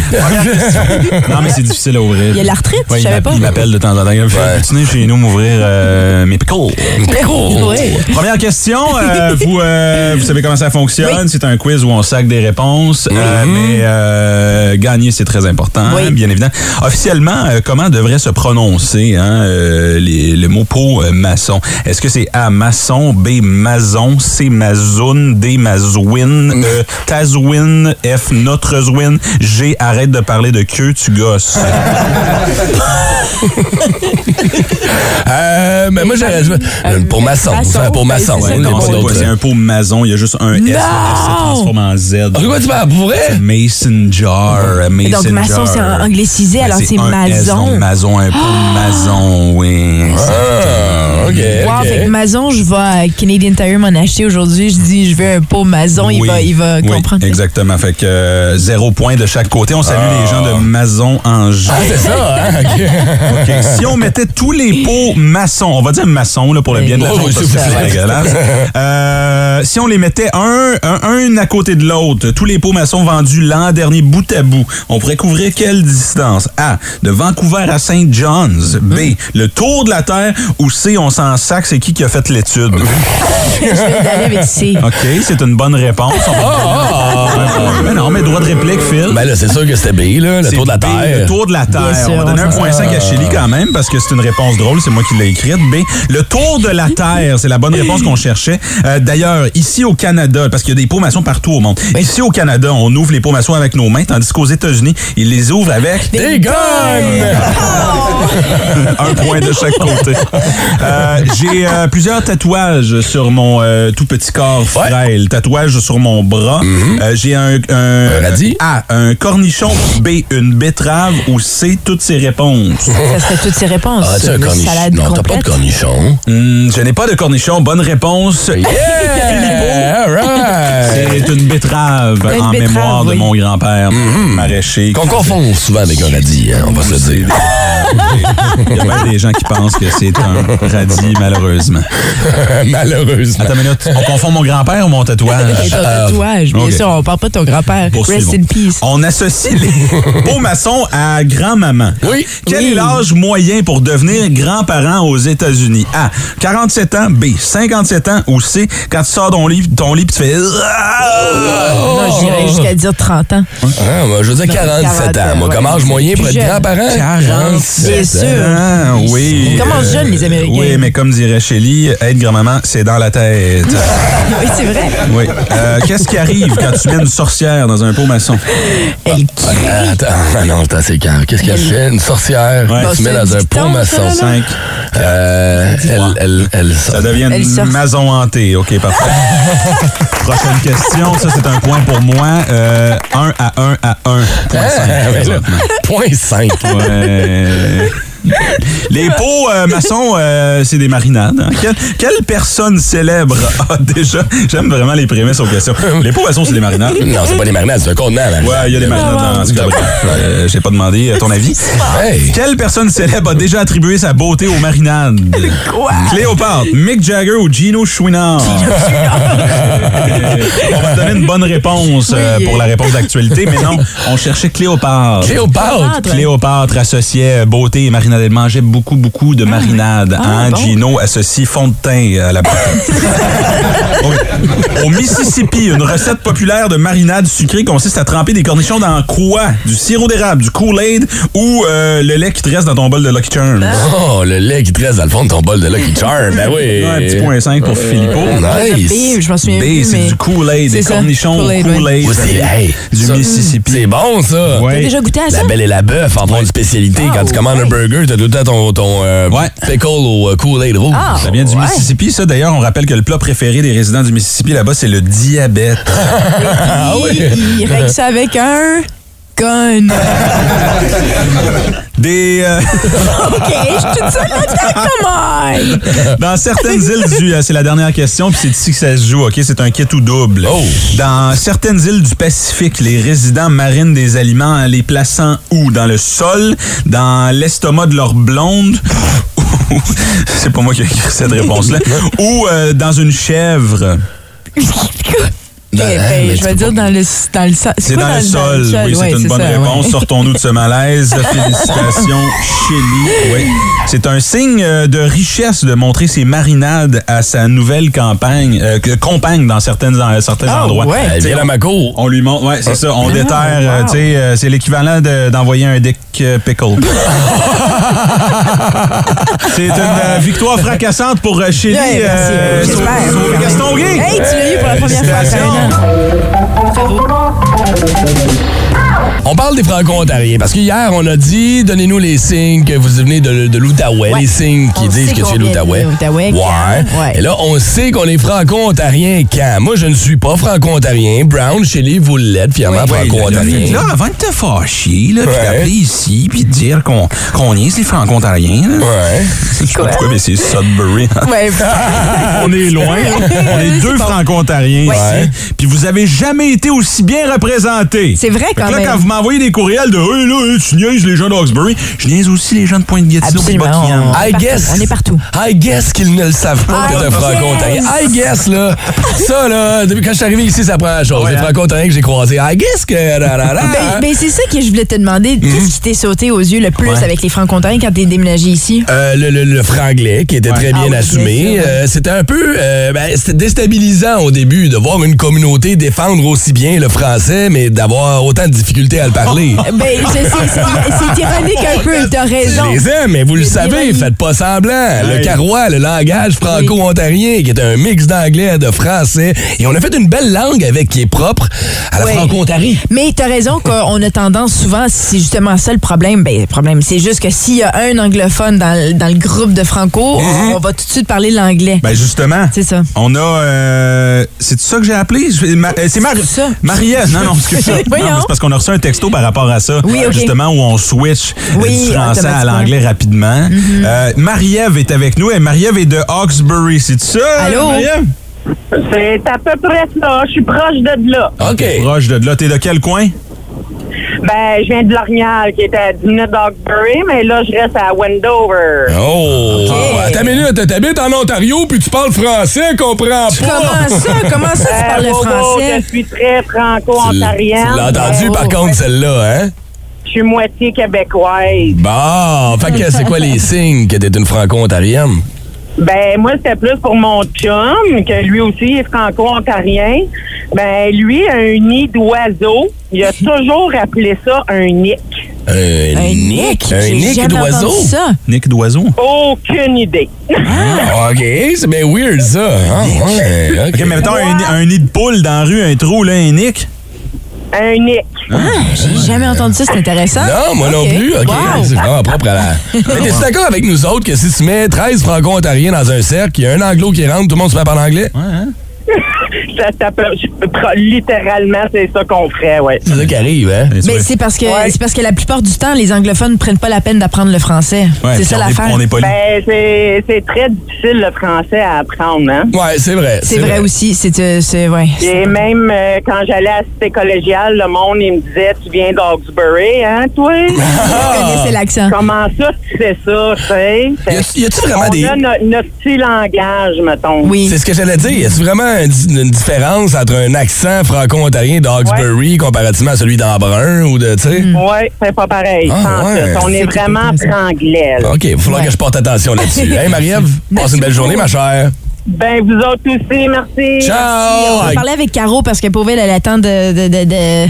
Speaker 2: non, mais c'est difficile à ouvrir.
Speaker 3: Il y a de l'arthrite, je
Speaker 2: Ouais, il
Speaker 3: savais
Speaker 2: m'a-
Speaker 3: pas.
Speaker 2: Il m'appelle de temps en temps. Il me fait, Peux-tu venir chez nous m'ouvrir euh, mes pickles?
Speaker 3: Ben *laughs*
Speaker 1: Oh.
Speaker 3: Ouais.
Speaker 2: Première question,
Speaker 3: *laughs*
Speaker 2: euh, vous, euh, vous savez comment ça fonctionne. C'est un quiz où on sac des réponses, euh, mais euh, gagner, c'est très important,
Speaker 3: Oui.
Speaker 2: bien évidemment. Officiellement, euh, comment devrait se prononcer hein, euh, les- le mot pot euh, maçon? Est-ce que c'est A, maçon, B, mason, C, mazoun, D, mazouine, E, tazouine, F, notre zouine, G, arrête de parler de queue, tu gosses.
Speaker 1: Euh, mais moi, j'aurais dit-
Speaker 3: Euh,
Speaker 1: Pour maçon.
Speaker 3: maçon,
Speaker 1: ça, Pour
Speaker 3: ben,
Speaker 1: maçon.
Speaker 3: c'est ça,
Speaker 1: hein,
Speaker 3: c'est
Speaker 1: pas
Speaker 2: Non,
Speaker 3: bon.
Speaker 2: c'est
Speaker 1: d'autre.
Speaker 2: pas- c'est un pot mason, il y a juste un S, le S se transforme en Z.
Speaker 1: Ah, Quoi, tu parles pour vrai?
Speaker 2: Mason jar. Mason
Speaker 3: Donc, maçon,
Speaker 2: jar.
Speaker 3: c'est en anglicisé,
Speaker 2: Mais
Speaker 3: alors c'est
Speaker 2: un S, donc
Speaker 3: mason. Ah!
Speaker 2: Mason, un peu mason, oui.
Speaker 1: Ah, OK,
Speaker 3: Wow,
Speaker 1: OK.
Speaker 3: fait que Mazon, je vais à Canadian Tire m'en acheter aujourd'hui. Je dis, je veux un pot Mazon, il
Speaker 2: Oui,
Speaker 3: va, il va
Speaker 2: oui,
Speaker 3: comprendre.
Speaker 2: Exactement. Fait que euh, zéro point de chaque côté. On salue les gens de Mason en G.
Speaker 1: Ah, c'est ça, hein?
Speaker 3: *laughs*
Speaker 1: OK.
Speaker 2: OK. Si on mettait tous les pots maçons, on va dire maçons là, pour le bien de la
Speaker 1: Oui,
Speaker 2: chose,
Speaker 1: oui,
Speaker 2: parce
Speaker 1: s'il
Speaker 2: que
Speaker 1: vous
Speaker 2: c'est
Speaker 1: plaît.
Speaker 2: dégueulasse. Euh, si on les mettait un, un, un à côté de l'autre, tous les pots maçons vendus l'an dernier bout à bout, on pourrait couvrir quelle distance? A. De Vancouver à St. John's. B. Le tour de la Terre. Ou C. On s'en sac, c'est qui qui a fait l'étude?
Speaker 3: Je vais aller avec C.
Speaker 2: OK, c'est une bonne réponse. On va-
Speaker 1: Ah,
Speaker 2: Mais non, mais droit de réplique, Phil.
Speaker 1: Ben là, c'est sûr que c'était B, là, le
Speaker 2: C'est
Speaker 1: tour de la
Speaker 2: B, Le
Speaker 1: Terre.
Speaker 2: tour de la Terre.
Speaker 3: sûr,
Speaker 2: on va
Speaker 3: on
Speaker 2: donner
Speaker 3: s'en
Speaker 2: 1.5 à Chili quand même, parce que c'est une réponse drôle, c'est moi qui l'ai écrite. B, le tour de la Terre, c'est la bonne réponse qu'on cherchait. Euh, D'ailleurs, ici au Canada, parce qu'il y a des pots maçons partout au monde,
Speaker 1: Ben,
Speaker 2: ici au Canada, on ouvre les pots maçons avec nos mains, tandis qu'aux États-Unis, ils les ouvrent avec
Speaker 1: Des gognes!
Speaker 2: *laughs* un point de chaque côté. Euh, J'ai euh, plusieurs tatouages sur mon euh, tout petit corps frêle. Tatouage sur mon bras. Euh, J'ai un, un,
Speaker 1: Mhm. Un radis?
Speaker 2: A, un cornichon. B, une betterave. Ou C, toutes ces réponses.
Speaker 3: Ça serait toutes ses réponses.
Speaker 1: Ah, t'as un
Speaker 3: Une
Speaker 1: cornichon.
Speaker 3: salade
Speaker 1: Non, t'as pas de
Speaker 3: complète.
Speaker 1: cornichon.
Speaker 2: *laughs* Hmm, je n'ai pas de cornichon. Bonne réponse.
Speaker 1: Yeah! All right!
Speaker 2: C'est une betterave
Speaker 3: Une
Speaker 2: en
Speaker 3: betterave,
Speaker 2: mémoire de
Speaker 3: oui.
Speaker 2: mon grand-père, maraîcher.
Speaker 1: Qu'on confond souvent avec un radis, hein, Mhm. on va se le
Speaker 2: *laughs*
Speaker 1: dire.
Speaker 2: Il y a bien des gens qui pensent que c'est un radis, malheureusement.
Speaker 1: Malheureusement.
Speaker 2: Attends une minute. On confond mon grand-père ou mon tatouage?
Speaker 3: *laughs*
Speaker 2: Euh,
Speaker 3: Et ton tatouage, bien
Speaker 2: Ah, ok.
Speaker 3: sûr, on parle pas de ton grand-père. Rest in
Speaker 2: Poursuivons.
Speaker 3: peace.
Speaker 2: On associe les beaux maçons à grand-maman.
Speaker 1: Oui.
Speaker 2: Quel
Speaker 3: Oui.
Speaker 2: est l'âge moyen pour devenir grand-parent aux États-Unis? A. 47 ans. B. 57 ans. Ou C. Quand tu sors ton lit, ton lit pis tu fais. Ah!
Speaker 3: Non,
Speaker 2: Oh!
Speaker 3: j'irais jusqu'à dire 30 ans.
Speaker 1: Ah, moi, je veux dire 47 ans. Moi,
Speaker 3: ouais.
Speaker 1: comme âge moyen pour
Speaker 3: Plus
Speaker 1: être
Speaker 3: jeune.
Speaker 1: grand-parent? 47
Speaker 3: Bien sûr.
Speaker 2: Ah, oui.
Speaker 3: Ils commencent jeunes, les Américains.
Speaker 2: Oui, mais comme dirait Shelley, être grand-maman, c'est dans
Speaker 3: *laughs*
Speaker 2: la tête.
Speaker 3: Oui, c'est vrai.
Speaker 2: oui. Euh, Qu'est-ce qui arrive quand tu mets une sorcière dans un pot maçon?
Speaker 3: Elle
Speaker 1: Ah, Attends, ah non, attends, c'est quand? Qu'est-ce qu'elle fait? Une sorcière,
Speaker 2: Ouais.
Speaker 1: tu
Speaker 3: Bon,
Speaker 1: mets
Speaker 3: c'est
Speaker 1: dans
Speaker 3: un
Speaker 1: un
Speaker 3: dicton,
Speaker 1: pot maçon.
Speaker 3: ça, là,
Speaker 2: Cinq.
Speaker 1: Euh, elle, elle, elle sort.
Speaker 2: Ça devient
Speaker 3: Elle
Speaker 2: une
Speaker 3: sort-
Speaker 2: maison hantée. OK, parfait. Prochaine question. Ça, c'est un point pour moi. 1 à 1 à 1. Point
Speaker 1: *laughs* Ah,
Speaker 2: cinq,
Speaker 1: ben là,
Speaker 2: présentement.
Speaker 1: Point 5.
Speaker 2: Ouais. Les pots euh, maçons, euh, c'est des marinades. hein. Quelle, quelle personne célèbre a déjà... J'aime vraiment les prémices aux questions. Les pots maçons, c'est des marinades.
Speaker 1: Non, c'est pas des marinades, c'est un contenant. là.
Speaker 2: Ouais, il y a des marinades dans ce cas. Euh, J'ai pas demandé euh, ton avis.
Speaker 1: Hey!
Speaker 2: Quelle personne célèbre a déjà attribué sa beauté aux marinades? *laughs* Quoi? Cléopâtre, Mick Jagger ou Gino Chouinard? Euh, *laughs* on va donner une bonne réponse euh,
Speaker 3: Oui.
Speaker 2: pour la réponse d'actualité, mais non, on cherchait Cléopâtre.
Speaker 3: Ah,
Speaker 1: Cléopâtre!
Speaker 2: Cléopâtre associait euh, beauté et marinade. Elle mangeait beaucoup, beaucoup de marinade.
Speaker 3: Ah,
Speaker 2: hein?
Speaker 3: bon.
Speaker 2: Gino associe fond de teint à
Speaker 3: *laughs*
Speaker 2: la beauté. Au- Au Mississippi, une recette populaire de marinade sucrée consiste à tremper des cornichons dans quoi? Du sirop d'érable, du Kool-Aid ou euh, le lait qui te reste dans ton bol de Lucky Charms?
Speaker 3: Ah,
Speaker 1: Oh, le lait qui te reste dans le fond de ton bol de Lucky Charm. Ben oui. Euh,
Speaker 2: Ouais, un petit point 5 pour Filippo.
Speaker 3: B,
Speaker 1: Nice.
Speaker 3: je m'en souviens
Speaker 2: B,
Speaker 3: plus,
Speaker 2: c'est
Speaker 3: mais...
Speaker 2: du Kool-Aid, des
Speaker 3: C'est ça,
Speaker 2: cornichons au
Speaker 3: Kool-Aid, ouais.
Speaker 2: Kool-Aid.
Speaker 1: Ouais, c'est- hey,
Speaker 2: du
Speaker 1: ça,
Speaker 2: Mississippi.
Speaker 1: C'est bon, ça.
Speaker 2: Ouais.
Speaker 3: T'as déjà goûté à ça? Ah,
Speaker 1: La belle et la bœuf en font une spécialité. Quand tu commandes un burger, t'as tout le temps ton, ton euh,
Speaker 2: Ouais.
Speaker 1: pickle au euh, Kool-Aid rouge.
Speaker 3: Ah.
Speaker 2: Ça vient du
Speaker 3: Ouais.
Speaker 2: Mississippi, ça. D'ailleurs, on rappelle que le plat préféré des résidents du
Speaker 3: Ah
Speaker 2: Mississippi là-bas, c'est le diabète.
Speaker 3: Il, il règle ça avec un... conne.
Speaker 2: Des, euh,
Speaker 3: OK, je suis toute seule là-dedans, come on!
Speaker 2: *laughs* dans certaines îles du... euh, c'est la dernière question, puis c'est ici que ça se joue, OK? C'est un kit ou double. Dans certaines îles du Pacifique, les résidents marines des aliments, hein, les plaçant où? Dans le sol? Dans l'estomac de leur blonde? *laughs* Ou- *laughs* c'est pas moi qui ai écrit cette réponse-là. ou euh, dans une chèvre?
Speaker 3: Ok, ben,
Speaker 1: mais
Speaker 3: je vais dire dans le, dans le sol.
Speaker 2: C'est
Speaker 3: quoi
Speaker 2: dans, le sol. Oui, c'est
Speaker 3: Ouais,
Speaker 2: une bonne
Speaker 3: ça, ouais.
Speaker 2: réponse. Sortons-nous de
Speaker 3: *laughs*
Speaker 2: ce malaise. Félicitations, Chili. Oui. C'est un signe euh, de richesse de montrer ses marinades à sa nouvelle campagne, euh, que- compagne dans certaines, dans certains
Speaker 3: Ah,
Speaker 2: endroits.
Speaker 3: ouais.
Speaker 2: Tu sais,
Speaker 1: Viens à ma cour.
Speaker 2: on lui montre, ouais, c'est ça, on
Speaker 3: Ah,
Speaker 2: déterre, euh,
Speaker 3: wow.
Speaker 2: tu sais, euh, c'est l'équivalent de- d'envoyer un dick euh,
Speaker 3: *laughs*
Speaker 2: pickle. c'est une euh, victoire fracassante pour euh, Chili.
Speaker 3: Ouais, merci.
Speaker 2: euh,
Speaker 3: J'espère.
Speaker 2: sauver- sauver Gaston Gay.
Speaker 3: Hey, tu l'as eu pour la première fois hein? après un an.
Speaker 1: On parle des Franco-Ontariens parce que hier, on a dit donnez-nous les signes que vous venez de, de l'Outaouais,
Speaker 3: Ouais.
Speaker 1: les signes qui
Speaker 3: On
Speaker 1: disent
Speaker 3: sait
Speaker 1: que
Speaker 3: qu'on
Speaker 1: c'est
Speaker 3: vient de
Speaker 1: l'Outaouais. Ouais.
Speaker 3: l'Outaouais, quand, ouais.
Speaker 1: Et là, on sait qu'on est Franco-Ontarien quand. Moi, je ne suis pas Franco-Ontarien. Brown, Shelley, vous l'êtes,
Speaker 2: Ah
Speaker 1: fièrement
Speaker 2: ben, Fait que
Speaker 1: Franco-Ontarien.
Speaker 2: Là, avant de te fâcher, là, puis
Speaker 1: Ouais.
Speaker 2: d'appeler ici, puis de dire qu'on qu'on niaise les franco-ontariens, là.
Speaker 1: Ouais.
Speaker 2: *laughs* Je sais pas pourquoi, mais c'est Sudbury.
Speaker 3: Ouais,
Speaker 2: *laughs* On est loin. On est deux franco-ontariens ici. Puis vous avez jamais été aussi bien représentés.
Speaker 3: C'est vrai,
Speaker 2: Fait que
Speaker 3: quand
Speaker 2: là,
Speaker 3: même.
Speaker 2: quand vous m'envoyez des courriels de Hey, là, hey, tu niaises les gens d'Oxbury, je niaise aussi les gens de Pointe-Gatineau et de
Speaker 3: Absolument,
Speaker 2: Buckingham.
Speaker 3: on-
Speaker 1: I
Speaker 3: partout,
Speaker 1: guess.
Speaker 3: on est partout.
Speaker 1: I guess qu'ils ne le savent pas que
Speaker 3: I
Speaker 1: t'es un
Speaker 3: guess.
Speaker 1: franco-ontarien. I guess, là. Ça, là, depuis quand je suis arrivé ici, ça prend la chose. les franco-ontariens que j'ai croisés. I guess que. da, da, da.
Speaker 3: hein. Ben, ben, c'est ça que je voulais te demander.
Speaker 2: Mhm.
Speaker 3: Qu'est-ce qui t'est sauté aux yeux le plus avec les francs-ontariens quand t'es déménagé
Speaker 2: *laughs*
Speaker 3: ici?
Speaker 1: Euh, le, le- le franglais qui était très
Speaker 3: Ah
Speaker 1: bien
Speaker 3: oui, bien
Speaker 1: assumé.
Speaker 3: sûr, ouais.
Speaker 1: Euh, c'était un peu euh, ben, c'était déstabilisant au début de voir une communauté défendre aussi bien le français, mais d'avoir autant de difficultés à le
Speaker 2: *laughs*
Speaker 1: parler.
Speaker 3: Ben, je sais, c'est- c'est ironique un peu, t'as
Speaker 1: Je
Speaker 3: raison.
Speaker 1: les aime, mais vous le
Speaker 3: C'est
Speaker 1: savez,
Speaker 3: l'ironie.
Speaker 1: faites pas semblant. Le carrois, le langage franco-ontarien, qui est un mix d'anglais et de français. Et on a fait une belle langue avec qui est propre à la
Speaker 3: Oui.
Speaker 1: franco-ontarie.
Speaker 3: Mais t'as raison qu'on a tendance souvent, c'est justement ça le problème. Ben, le problème, c'est juste que s'il y a un anglophone dans, le- dans le groupe de franco, on, on va tout de suite parler l'anglais.
Speaker 2: Ben justement,
Speaker 3: C'est ça.
Speaker 2: on a... euh, c'est ça que j'ai appelé? Je- ma- euh, C'est Mar
Speaker 3: C'est ça.
Speaker 2: Marie-Ève. Non, non, parce
Speaker 3: *laughs*
Speaker 2: que ça- non, mais
Speaker 3: Voyons.
Speaker 2: c'est parce qu'on a reçu un texto par rapport à ça,
Speaker 3: Oui, ok.
Speaker 2: justement, où on switch euh,
Speaker 3: Oui,
Speaker 2: du français
Speaker 3: automatiquement.
Speaker 2: à
Speaker 3: Mm-hmm.
Speaker 2: l'anglais rapidement. Euh, Marie-Ève est avec nous. Et Marie-Ève est de Hawkesbury. C'est ça,
Speaker 3: Allô?
Speaker 2: Marie-Ève?
Speaker 8: C'est à peu près ça. Je suis proche de là.
Speaker 1: OK.
Speaker 2: Proche de de là. T'es de quel coin?
Speaker 8: Ben, je viens de L'Orignal, qui était à 10 minutes d'Hawkesbury, mais là, je reste à Wendover.
Speaker 1: Oh!
Speaker 2: Ah,
Speaker 3: Ok.
Speaker 1: Attends une minute, t'habites en Ontario puis tu parles français, comprends pas!
Speaker 3: Comment ça? Comment ça, tu
Speaker 8: Euh, *laughs*
Speaker 3: parles le
Speaker 8: Bobo,
Speaker 3: français?
Speaker 8: Je suis très
Speaker 1: Tu l'as
Speaker 8: franco-ontarienne.
Speaker 1: tu l'as entendu
Speaker 8: Euh,
Speaker 1: par contre celle-là, hein?
Speaker 8: Je suis moitié québécoise.
Speaker 1: Bon, fait que c'est quoi les signes que t'es une franco-ontarienne?
Speaker 8: Ben, moi, c'était plus pour mon chum, que lui aussi est franco-ontarien. Ben, lui a un nid d'oiseau.
Speaker 3: *laughs*
Speaker 8: Il a toujours appelé ça un nick.
Speaker 1: Un Euh, nick?
Speaker 3: nick?
Speaker 1: Un
Speaker 3: J'ai
Speaker 1: nick
Speaker 3: jamais
Speaker 1: d'oiseau?
Speaker 3: entendu ça.
Speaker 2: Nick Doiseau.
Speaker 8: Aucune idée. *laughs*
Speaker 1: Ah, OK, c'est bien weird ça. Ah, ouais,
Speaker 2: OK, mais mettons un, un nid de poule dans la rue, un trou, là, un Nick.
Speaker 8: Un nick.
Speaker 3: J'ai jamais entendu ça, c'est intéressant.
Speaker 1: Non, moi non
Speaker 3: Ok.
Speaker 1: plus. OK,
Speaker 3: Wow.
Speaker 1: c'est vraiment propre à la... Mais t'es d'accord avec nous autres que si tu mets 13 franco-ontariens dans un cercle, il y a un anglo qui rentre, tout le monde se met en anglais?
Speaker 8: Ça s'appelle- Littéralement, c'est ça qu'on ferait, ouais.
Speaker 1: C'est ça qui arrive, hein?
Speaker 2: Et tu
Speaker 3: Mais
Speaker 2: vois.
Speaker 3: c'est parce que
Speaker 8: Ouais.
Speaker 3: c'est parce que la plupart du temps, les anglophones prennent pas la peine d'apprendre le français.
Speaker 2: Ouais,
Speaker 3: c'est
Speaker 2: puis
Speaker 3: ça
Speaker 2: on est-
Speaker 3: l'affaire.
Speaker 2: On n'est pas
Speaker 8: Ben, c'est c'est très difficile le français à apprendre, hein?
Speaker 1: Ouais, c'est vrai.
Speaker 3: C'est vrai aussi. C'est euh, c'est- ouais.
Speaker 8: Et même euh, quand j'allais à la Cité collégiale, le monde, il me disait Tu viens d'Oxbury, hein,
Speaker 1: *laughs*
Speaker 8: toi
Speaker 3: Je connaissais l'accent.
Speaker 8: Comment ça, tu sais ça, tu sais
Speaker 1: Y a- y a-tu vraiment
Speaker 8: On
Speaker 1: des-
Speaker 8: a no- notre petit langage, mettons.
Speaker 3: Oui.
Speaker 1: C'est ce que j'allais dire. Y a vraiment un di- une, différence entre un accent franco-ontarien d'Hawkesbury comparativement à celui d'Embrun ou de, tu sais?
Speaker 8: Oui, c'est pas pareil.
Speaker 1: Ah,
Speaker 8: sans
Speaker 1: ouais.
Speaker 8: ça. On est
Speaker 3: C'est
Speaker 8: vraiment
Speaker 3: tout à fait ça.
Speaker 8: franglais. là.
Speaker 1: OK, il va falloir
Speaker 3: Ouais.
Speaker 1: que je porte attention *laughs* là-dessus. Hey, Marie-Ève, passe une belle journée, ma chère.
Speaker 8: Ben, vous autres aussi, merci.
Speaker 3: On
Speaker 1: Ciao!
Speaker 3: va parler avec Caro parce que pour elle, elle attend de, de, de, de,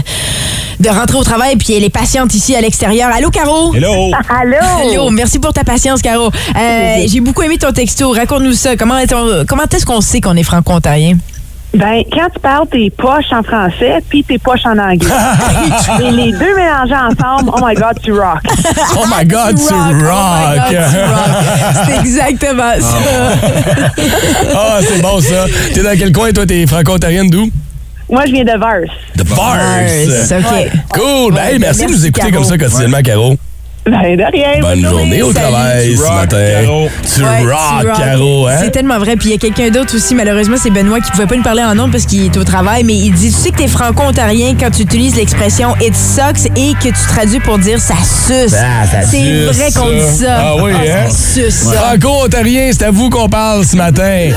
Speaker 3: de rentrer au travail puis elle est patiente ici à l'extérieur. Allô, Caro?
Speaker 1: *laughs*
Speaker 2: Hello!
Speaker 3: Allô, merci pour ta patience, Caro. Euh, J'ai beaucoup aimé ton texto. Raconte-nous ça. Comment est-ce qu'on- comment est-ce qu'on sait qu'on est franco-ontarien?
Speaker 9: Ben, quand tu parles tes poches en français, puis tes poches en
Speaker 1: *laughs*
Speaker 9: anglais. Et les deux mélangés ensemble, oh my God, tu rock.
Speaker 1: Oh my God, tu
Speaker 3: oh my God,
Speaker 1: rock!
Speaker 3: tu rock. C'est exactement ça.
Speaker 1: Ah, c'est bon ça. T'es dans quel coin, toi, t'es franco-ontarienne d'où?
Speaker 9: Moi, je viens de Verse.
Speaker 1: The Verse.
Speaker 3: OK.
Speaker 1: Cool. Ben, hey, merci de nous écouter comme ça quotidiennement, Caro.
Speaker 9: Ben, de rien.
Speaker 1: Bonne journée au
Speaker 3: Salut.
Speaker 1: travail ce
Speaker 2: rock,
Speaker 1: matin.
Speaker 2: Caro.
Speaker 1: Tu
Speaker 3: Ouais, tu
Speaker 1: rock,
Speaker 3: rock.
Speaker 1: Caro, hein?
Speaker 3: C'est tellement vrai. Puis il y a quelqu'un d'autre aussi, malheureusement, c'est Benoît qui pouvait pas nous parler en nom parce qu'il est au travail, mais il dit Tu sais que t'es franco-ontarien quand tu utilises l'expression it sucks et que tu traduis pour dire ça suce.
Speaker 1: Ah, ça
Speaker 3: c'est
Speaker 1: suce,
Speaker 3: vrai qu'on
Speaker 1: ça.
Speaker 3: dit ça.
Speaker 1: Ah oui, hein?
Speaker 3: Ça suce, ça.
Speaker 1: Franco-ontarien, c'est à vous qu'on parle ce matin.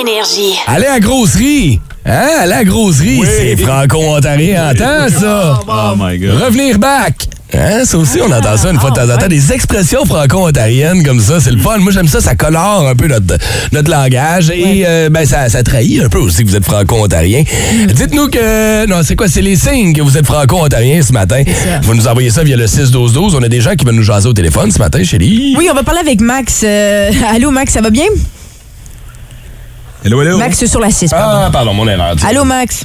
Speaker 6: Énergie.
Speaker 1: Allez à la grosserie. Hein? Allez à la grosserie. C'est franco-ontarien en temps, ça.
Speaker 2: Oh my God.
Speaker 1: Revenir back. Hein, ça aussi, on entend ça une fois de temps en temps. Des expressions franco-ontariennes comme ça, c'est le fun. Moi, j'aime ça, ça colore un peu notre, notre langage et euh, ben, ça, ça trahit un peu aussi que vous êtes franco-ontarien. Dites-nous que... Non, c'est quoi? C'est les signes que vous êtes franco-ontarien ce matin. Vous nous envoyez ça via le 6-12-12. On a des gens qui veulent nous jaser au téléphone ce matin, chérie.
Speaker 3: Oui, on va parler avec Max. Euh, allô, Max, ça va bien?
Speaker 2: Hello, hello.
Speaker 3: Max sur la 6, pardon.
Speaker 1: Ah, pardon, mon erreur.
Speaker 3: Allô, Max.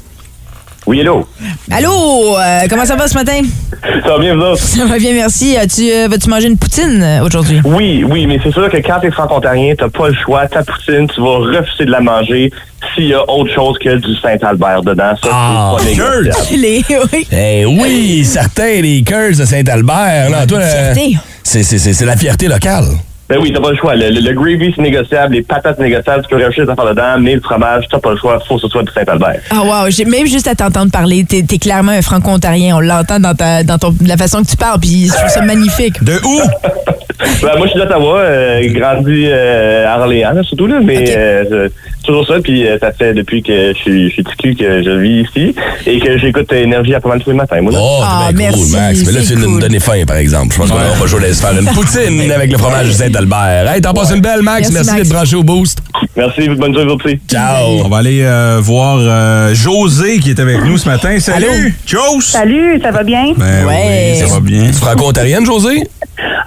Speaker 10: Oui, hello.
Speaker 3: Allô, euh, comment ça va ce matin?
Speaker 10: Ça va bien, vous autres?
Speaker 3: Ça va bien, merci. Euh, Tu euh, vas-tu manger une poutine euh, aujourd'hui?
Speaker 10: Oui, oui, mais c'est sûr que quand t'es franco-ontarien, t'as pas le choix. Ta poutine, tu vas refuser de la manger s'il y a autre chose que du Saint-Albert dedans. Ça,
Speaker 1: Ah,
Speaker 2: Oh,
Speaker 10: c'est pas
Speaker 1: Kurt!
Speaker 10: négociable.
Speaker 3: *laughs* Les- oui.
Speaker 1: Eh oui, certains, les curls de Saint-Albert. Non, toi, euh,
Speaker 3: Fierté.
Speaker 1: c'est- c'est c'est- c'est la fierté locale.
Speaker 10: Ben oui, t'as pas le choix. Le, le- le gravy, c'est négociable. Les patates, c'est négociable. Tu peux réussir les affaires dedans, mais le fromage, t'as pas le choix. Faut que ce soit du Saint-Albert.
Speaker 3: Ah wow, j'ai même juste à t'entendre parler, t'es es clairement un franco-ontarien, on l'entend dans, ta, dans ton, la façon que tu parles, puis je trouve ça magnifique.
Speaker 2: De où?
Speaker 10: Ben, moi, je suis d'Ottawa, euh, grandi euh, à Orléans, là, surtout, là, mais
Speaker 3: Ok.
Speaker 10: euh, c'est toujours ça. Puis euh, ça fait depuis que je suis, je suis petit cul que je vis ici et que j'écoute Énergie à pas mal tous les matins. Moi, là.
Speaker 1: Oh,
Speaker 3: Ah,
Speaker 1: t'es bien cool,
Speaker 3: merci,
Speaker 1: Max. Mais là, tu
Speaker 3: c'est
Speaker 1: viens de nous
Speaker 3: cool.
Speaker 1: donner faim, par exemple. Je pense qu'on va pas jouer à se faire une
Speaker 3: *laughs*
Speaker 1: poutine avec le fromage de Saint-Albert. Hey, t'en passes une belle, Max.
Speaker 3: Merci,
Speaker 1: Merci,
Speaker 3: Max.
Speaker 1: d'être branché au boost.
Speaker 10: Merci, bonne journée, vous aussi.
Speaker 2: On
Speaker 1: Ciao.
Speaker 2: va aller euh, voir euh, José qui est avec nous ce matin. Salut! Jose!
Speaker 9: Salut, ça va bien?
Speaker 2: Ben
Speaker 3: Ouais.
Speaker 2: oui, ça va bien.
Speaker 1: Franco-ontarienne, José?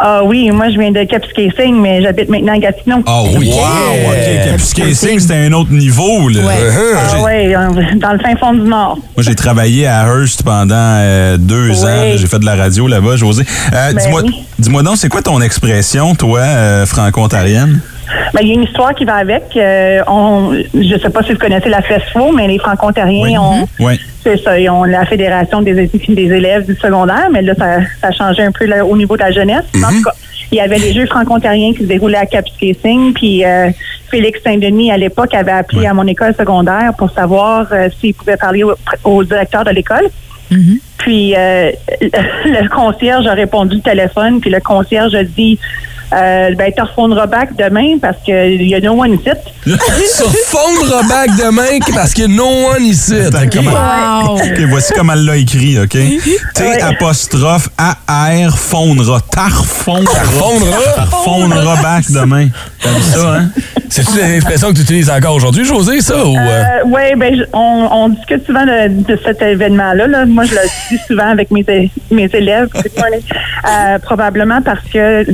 Speaker 9: Ah oui, moi, je viens de Capscasing, mais j'habite maintenant à Gatineau.
Speaker 2: Oh,
Speaker 1: Oui.
Speaker 2: wow! OK, Capscasing, c'était un autre niveau, là.
Speaker 3: Ouais.
Speaker 1: Uh-huh.
Speaker 2: J'ai-
Speaker 9: Ah ouais, euh, dans le fin fond du Nord.
Speaker 2: Moi, j'ai travaillé à Hearst pendant euh, deux
Speaker 9: Oui.
Speaker 2: ans. là. J'ai fait de la radio là-bas, José.
Speaker 3: Ben
Speaker 2: Euh, dis-moi,
Speaker 9: oui.
Speaker 2: dis-moi donc, c'est quoi ton expression, toi, euh, franco-ontarienne?
Speaker 9: Ben, il y a une histoire qui va avec. Euh, on, je sais pas si vous connaissez la FESFO, mais les franco-ontariens
Speaker 1: Mhm.
Speaker 9: ont...
Speaker 2: Oui.
Speaker 1: *laughs*
Speaker 9: C'est ça, ils ont la Fédération des, des élèves du secondaire, mais là, ça, ça a changé un peu là, au niveau de la jeunesse. En tout cas, il y avait les Jeux franco-ontariens qui se déroulaient à Capscasing, puis euh, Félix Saint-Denis, à l'époque, avait appelé à mon école secondaire pour savoir euh, s'il pouvait parler au, au directeur de l'école. Puis euh, le concierge a répondu le téléphone, puis le concierge a dit euh, ben, t'en refourneras back demain parce qu'il y a no one ici.
Speaker 1: Se fondre back demain parce qu'il y a no one ici.
Speaker 2: OK.
Speaker 3: Wow.
Speaker 2: OK, voici comment elle l'a écrit, OK? T apostrophe A R fondra. Tarfondra.
Speaker 1: Tarfondra.
Speaker 2: Tarfondra back demain. T'aimes ça, hein?
Speaker 1: C'est-tu des expressions que tu utilises encore aujourd'hui, José, ça? Ou, euh,
Speaker 9: oui, ben, je- on, on discute souvent de, de cet événement-là. là. Moi, je le dis souvent avec mes, é- mes élèves. Euh, probablement parce que, euh,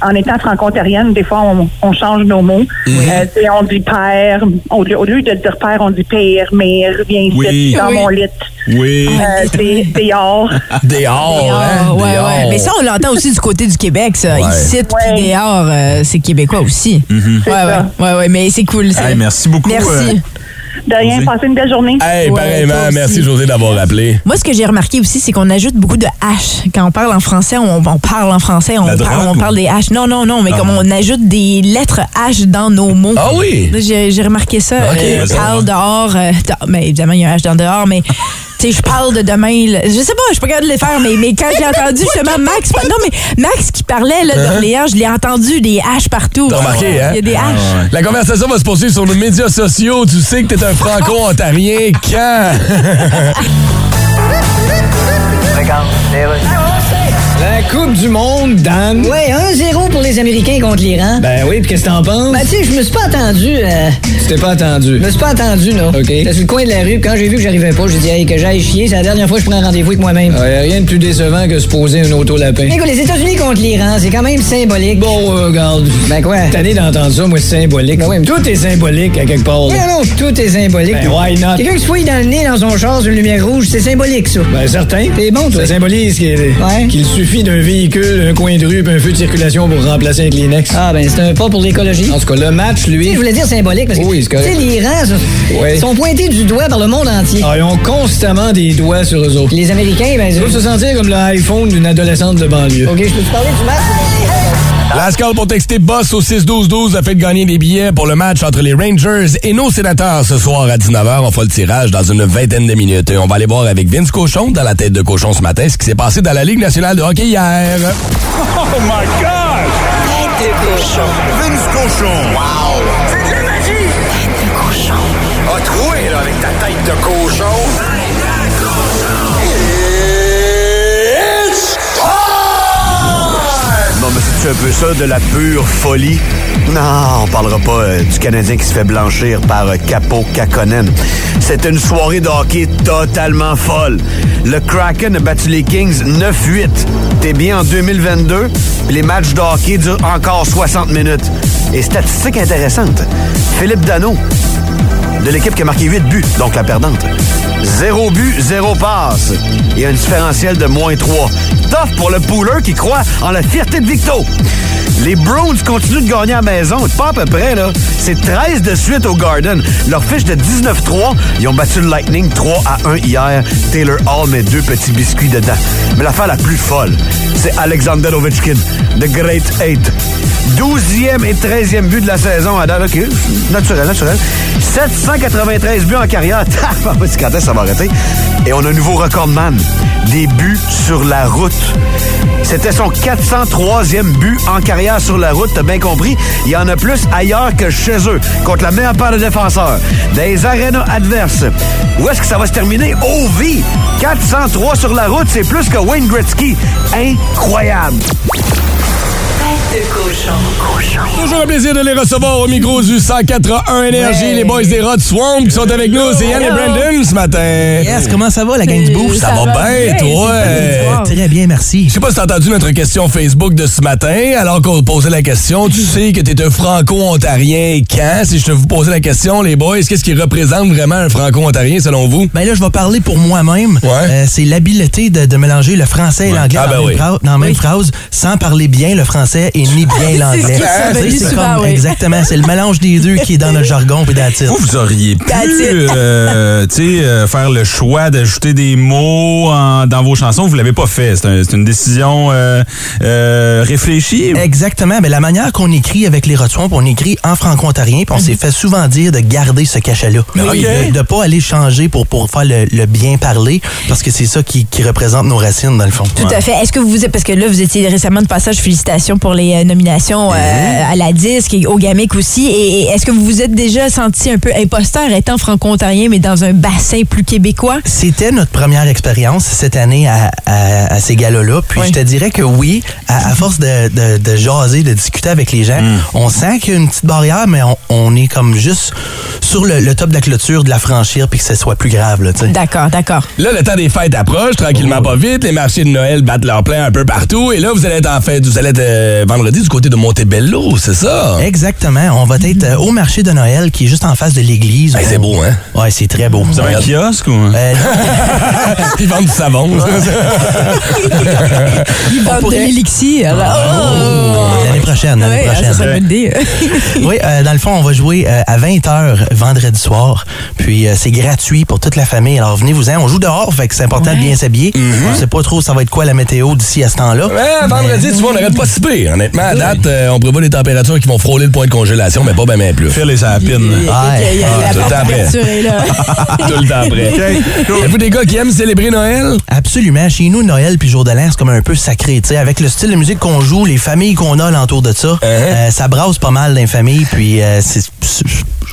Speaker 9: en étant franco-ontarienne, des fois, on, on change nos mots. Euh, tu sais, on dit père. Au lieu, au lieu de dire père, on dit père, mère, viens ici,
Speaker 2: Oui.
Speaker 9: dans
Speaker 3: Oui.
Speaker 9: mon lit.
Speaker 2: Oui.
Speaker 9: *laughs* Euh, t'es- t'es hors.
Speaker 1: dehors, hein?
Speaker 3: Ah, ouais,
Speaker 1: Dehors.
Speaker 3: ouais. Mais ça, on l'entend aussi du côté du Québec, ça.
Speaker 1: Ouais. Mm-hmm.
Speaker 3: Ici, puis
Speaker 9: Ouais.
Speaker 3: dehors, euh, c'est québécois aussi. ouais, ouais,
Speaker 9: ça.
Speaker 3: ouais, ouais, mais c'est cool. ça.
Speaker 2: Hey, merci beaucoup.
Speaker 1: hein.
Speaker 2: euh,
Speaker 3: Merci.
Speaker 9: De rien,
Speaker 2: José.
Speaker 9: passez une belle journée.
Speaker 1: Hey,
Speaker 3: Ouais, toi
Speaker 1: pareillement,
Speaker 3: aussi.
Speaker 1: merci, José, d'avoir appelé.
Speaker 3: Moi, ce que j'ai remarqué aussi, c'est qu'on ajoute beaucoup de H. Quand on parle en français, on, on parle en français, on,
Speaker 2: La
Speaker 3: parle,
Speaker 2: drogue,
Speaker 3: on
Speaker 2: ou-
Speaker 3: parle des H. Non, non, non, mais
Speaker 2: Ah.
Speaker 3: comme on ajoute des lettres H dans nos mots.
Speaker 1: Ah oui? Ah,
Speaker 3: J'ai j'ai remarqué ça.
Speaker 1: Ok,
Speaker 3: Euh,
Speaker 2: vas-y.
Speaker 3: parle dehors. euh, dehors. mais évidemment, il y a un H dans dehors, mais tu sais, je parle de demain. là. Je sais pas, je suis pas capable de le faire, mais,
Speaker 1: *laughs*
Speaker 3: mais quand j'ai entendu justement Max. Non, mais Max qui parlait là, d'Orléans, je l'ai entendu des H partout.
Speaker 1: Uh-huh. T'as remarqué, hein?
Speaker 3: Il y a des H.
Speaker 2: ouais.
Speaker 1: La conversation va se poursuivre sur nos médias sociaux. Tu sais que t'es un
Speaker 3: *laughs*
Speaker 1: franco-ontarien quand?
Speaker 11: La Coupe du Monde, Dan.
Speaker 5: Ouais, 1-0 pour les Américains contre l'Iran.
Speaker 11: Ben oui, pis qu'est-ce que t'en penses?
Speaker 5: Ben, tu sais, je me suis pas attendu. euh,
Speaker 11: tu t'es pas attendu.
Speaker 5: je me suis pas attendu, non.
Speaker 11: OK.
Speaker 5: J'étais sur le coin de la rue, puis quand j'ai vu que j'arrivais pas, j'ai dit, hey, que j'aille chier. C'est la dernière fois que je prends un rendez-vous avec moi-même.
Speaker 11: Ah, y a rien de plus décevant que se poser un auto-lapin.
Speaker 5: Écoute, les États-Unis contre l'Iran, c'est quand même symbolique.
Speaker 11: Bon, euh, regarde.
Speaker 5: Ben quoi?
Speaker 11: T'as tanné d'entendre ça, moi, c'est symbolique.
Speaker 5: Ben oui, mais-
Speaker 11: Tout est symbolique à quelque part.
Speaker 5: Non,
Speaker 11: là.
Speaker 5: non, non, tout est symbolique.
Speaker 11: Ben, why not?
Speaker 5: Quelqu'un qui se fouille dans le nez dans son char sur une lumière rouge, c'est symbolique, ça.
Speaker 11: Ben certain.
Speaker 5: T'es bon, toi.
Speaker 11: Ça symbolise qu'il
Speaker 5: Ouais.
Speaker 11: qu'il suffit d'un véhicule, un coin de rue, puis un feu de circulation pour remplacer un Kleenex.
Speaker 5: Ah, ben, c'est un pas pour l'écologie.
Speaker 11: En tout cas, le match,
Speaker 5: Tu sais,
Speaker 11: lui.
Speaker 5: Je voulais dire symbolique parce que
Speaker 11: Oui, c'est
Speaker 5: tu sais,
Speaker 11: correct.
Speaker 5: l'Iran, ça,
Speaker 11: Oui.
Speaker 5: sont pointés du doigt par le monde entier.
Speaker 11: Ah, ils ont constamment des doigts sur eux autres.
Speaker 5: Les Américains, ben,
Speaker 11: Ils doivent se sentir comme l'iPhone d'une adolescente de banlieue.
Speaker 5: OK, je peux te parler du match?
Speaker 1: La score pour texter Boss au 6-12-12 a fait gagner des billets pour le match entre les Rangers et nos sénateurs ce soir à 19h. On fera le tirage dans une vingtaine de minutes. Et on va aller voir avec Vince Cochon dans la tête de cochon ce matin ce qui s'est passé dans la Ligue nationale de hockey hier.
Speaker 8: *laughs* Oh my God! Tête de cochon. Vince cochon. Wow! C'est de la magie! Tête de cochon. A troué, là, avec ta tête de cochon. Tête de cochon! It's
Speaker 12: Non, mais ben, c'est un peu ça, de la pure folie. Non, on parlera pas euh, du Canadien qui se fait blanchir par euh, Capo Kakonen. C'était une soirée de hockey totalement folle. Le Kraken a battu les Kings 9-8. T'es bien en 2022, puis les matchs de hockey durent encore 60 minutes. Et statistique intéressante, Philippe Dano, de l'équipe qui a marqué 8 buts, donc la perdante. Zéro but, zéro passe. Et un différentiel de moins 3. Tough pour le pooler qui croit en la fierté de Victo. Les Browns continuent de gagner à la maison. Pas à peu près, là. C'est 13 de suite au Garden. Leur fiche de 19-3, ils ont battu le Lightning 3 à 1 hier. Taylor Hall met deux petits biscuits dedans. Mais l'affaire la plus folle, c'est Alexander Ovechkin, The Great Eight. 12e et 13e but de la saison à date. OK, naturel, naturel. 793 buts en carrière. *laughs* Taf! quand est-ce que ça va arrêter? Et on a un nouveau recordman. Des buts sur la route. C'était son 403e but en carrière sur la route, t'as bien compris. Il y en a plus ailleurs que chez eux, contre la meilleure paire de défenseurs, des arénas adverses. Où est-ce que ça va se terminer? Oh, vie! 403 sur la route, c'est plus que Wayne Gretzky. Incroyable!
Speaker 8: Tête de cochon. Cochon.
Speaker 1: Toujours un plaisir de les recevoir au micro du 181 Énergie, les boys des Rod Swamp qui sont avec nous. C'est Yann et Brandon ce matin.
Speaker 4: Yes, comment ça va, la gang du bouffe?
Speaker 1: Ça, va, bien, toi?
Speaker 4: Très bien, merci.
Speaker 1: Je sais pas si t'as entendu notre question Facebook de ce matin, alors qu'on posait la question, tu sais que t'es un franco-ontarien quand? Si je te vous posais la question, les boys, qu'est-ce qui représente vraiment un franco-ontarien selon vous?
Speaker 4: Ben là, je vais parler pour moi-même. Euh, c'est l'habileté de, de mélanger le français et
Speaker 1: Ouais.
Speaker 4: l'anglais
Speaker 1: Ah, ben
Speaker 4: dans, la même
Speaker 1: oui.
Speaker 4: phrase- dans la même
Speaker 1: Oui.
Speaker 4: phrase, sans parler bien le français et
Speaker 1: *laughs*
Speaker 4: ni bien
Speaker 1: C'est
Speaker 4: l'anglais.
Speaker 1: ce que ça
Speaker 4: Tu sais,
Speaker 1: veut
Speaker 4: c'est
Speaker 1: souvent,
Speaker 4: comme-
Speaker 1: oui.
Speaker 4: Exactement, c'est le mélange des deux qui est dans notre jargon et dans la titre.
Speaker 2: Vous, vous auriez pu euh, tu sais, euh, faire le choix d'ajouter des mots en- dans vos chansons. Vous l'avez pas fait. C'est un- c'est une décision euh, euh, réfléchie.
Speaker 4: Exactement. Mais la manière qu'on écrit avec les Rotswamp, on écrit en franco-ontarien, puis on s'est fait souvent dire de garder ce cachet-là.
Speaker 1: Mais oui.
Speaker 4: De ne Euh, pas aller changer pour, pour faire le, le bien parler, parce que c'est ça qui, qui représente nos racines, dans le fond.
Speaker 3: Tout à fait. Est-ce que vous parce que là vous étiez récemment de passage félicitations pour les euh, nominations euh,
Speaker 11: Eh
Speaker 3: à la disque et au Gamic aussi et, et est-ce que vous vous êtes déjà senti un peu imposteur étant franco-ontarien mais dans un bassin plus québécois
Speaker 4: C'était notre première expérience cette année à, à- à ces galas-là. Puis je te dirais que oui, à, à force de, de- de jaser, de discuter avec les
Speaker 3: Mm.
Speaker 4: gens, on sent qu'il y a une petite barrière, mais on, on est comme juste sur le, le top de la clôture, de la franchir, puis que ce soit plus grave. Là, tu sais.
Speaker 3: D'accord, d'accord.
Speaker 1: Là, le temps des fêtes approche, tranquillement pas vite. Les marchés de Noël battent leur plein un peu partout. Et là, vous allez être en fête, vous allez être euh, vendredi du côté de Montebello, c'est ça?
Speaker 4: Exactement. On va être euh, au marché de Noël qui est juste en face de l'église.
Speaker 1: Hey, c'est beau, hein?
Speaker 4: Ouais, c'est très beau.
Speaker 3: Mm.
Speaker 4: Euh,
Speaker 2: Vous avez un kiosque ou?
Speaker 1: *laughs* Ils vendent du savon.
Speaker 3: Ils vendent de l'élixir.
Speaker 11: Ah, oh!
Speaker 4: L'année prochaine, l'année
Speaker 3: Ouais, ah, ça
Speaker 4: prochaine.
Speaker 3: serait une bonne *laughs* idée.
Speaker 4: *laughs* oui, euh, dans le fond, on va jouer euh, à 20h vendredi soir. Puis euh, c'est gratuit pour toute la famille. Alors venez-vous-en. On joue dehors, fait que c'est important de bien s'habiller. On sait pas trop ça va être quoi la météo d'ici à ce temps-là.
Speaker 1: Ouais, vendredi, tu vois, on n'arrête pas si pire. Honnêtement, à date, euh, on prévoit des températures qui vont frôler le point de congélation, mais pas bien ben plus.
Speaker 2: Phil et sa pine.
Speaker 1: Ouais. Ah, tout le temps après. Tout le temps *laughs* après. Avez-vous des gars qui aiment célébrer Noël?
Speaker 4: Absolument. Chez nous, Noël puis jour de l'an, c'est comme un peu sacré. tu sais. Avec le style de musique qu'on joue, les familles qu'on a l'entour de ça, euh, ça brasse pas mal dans les familles. Puis euh, c'est- c'est-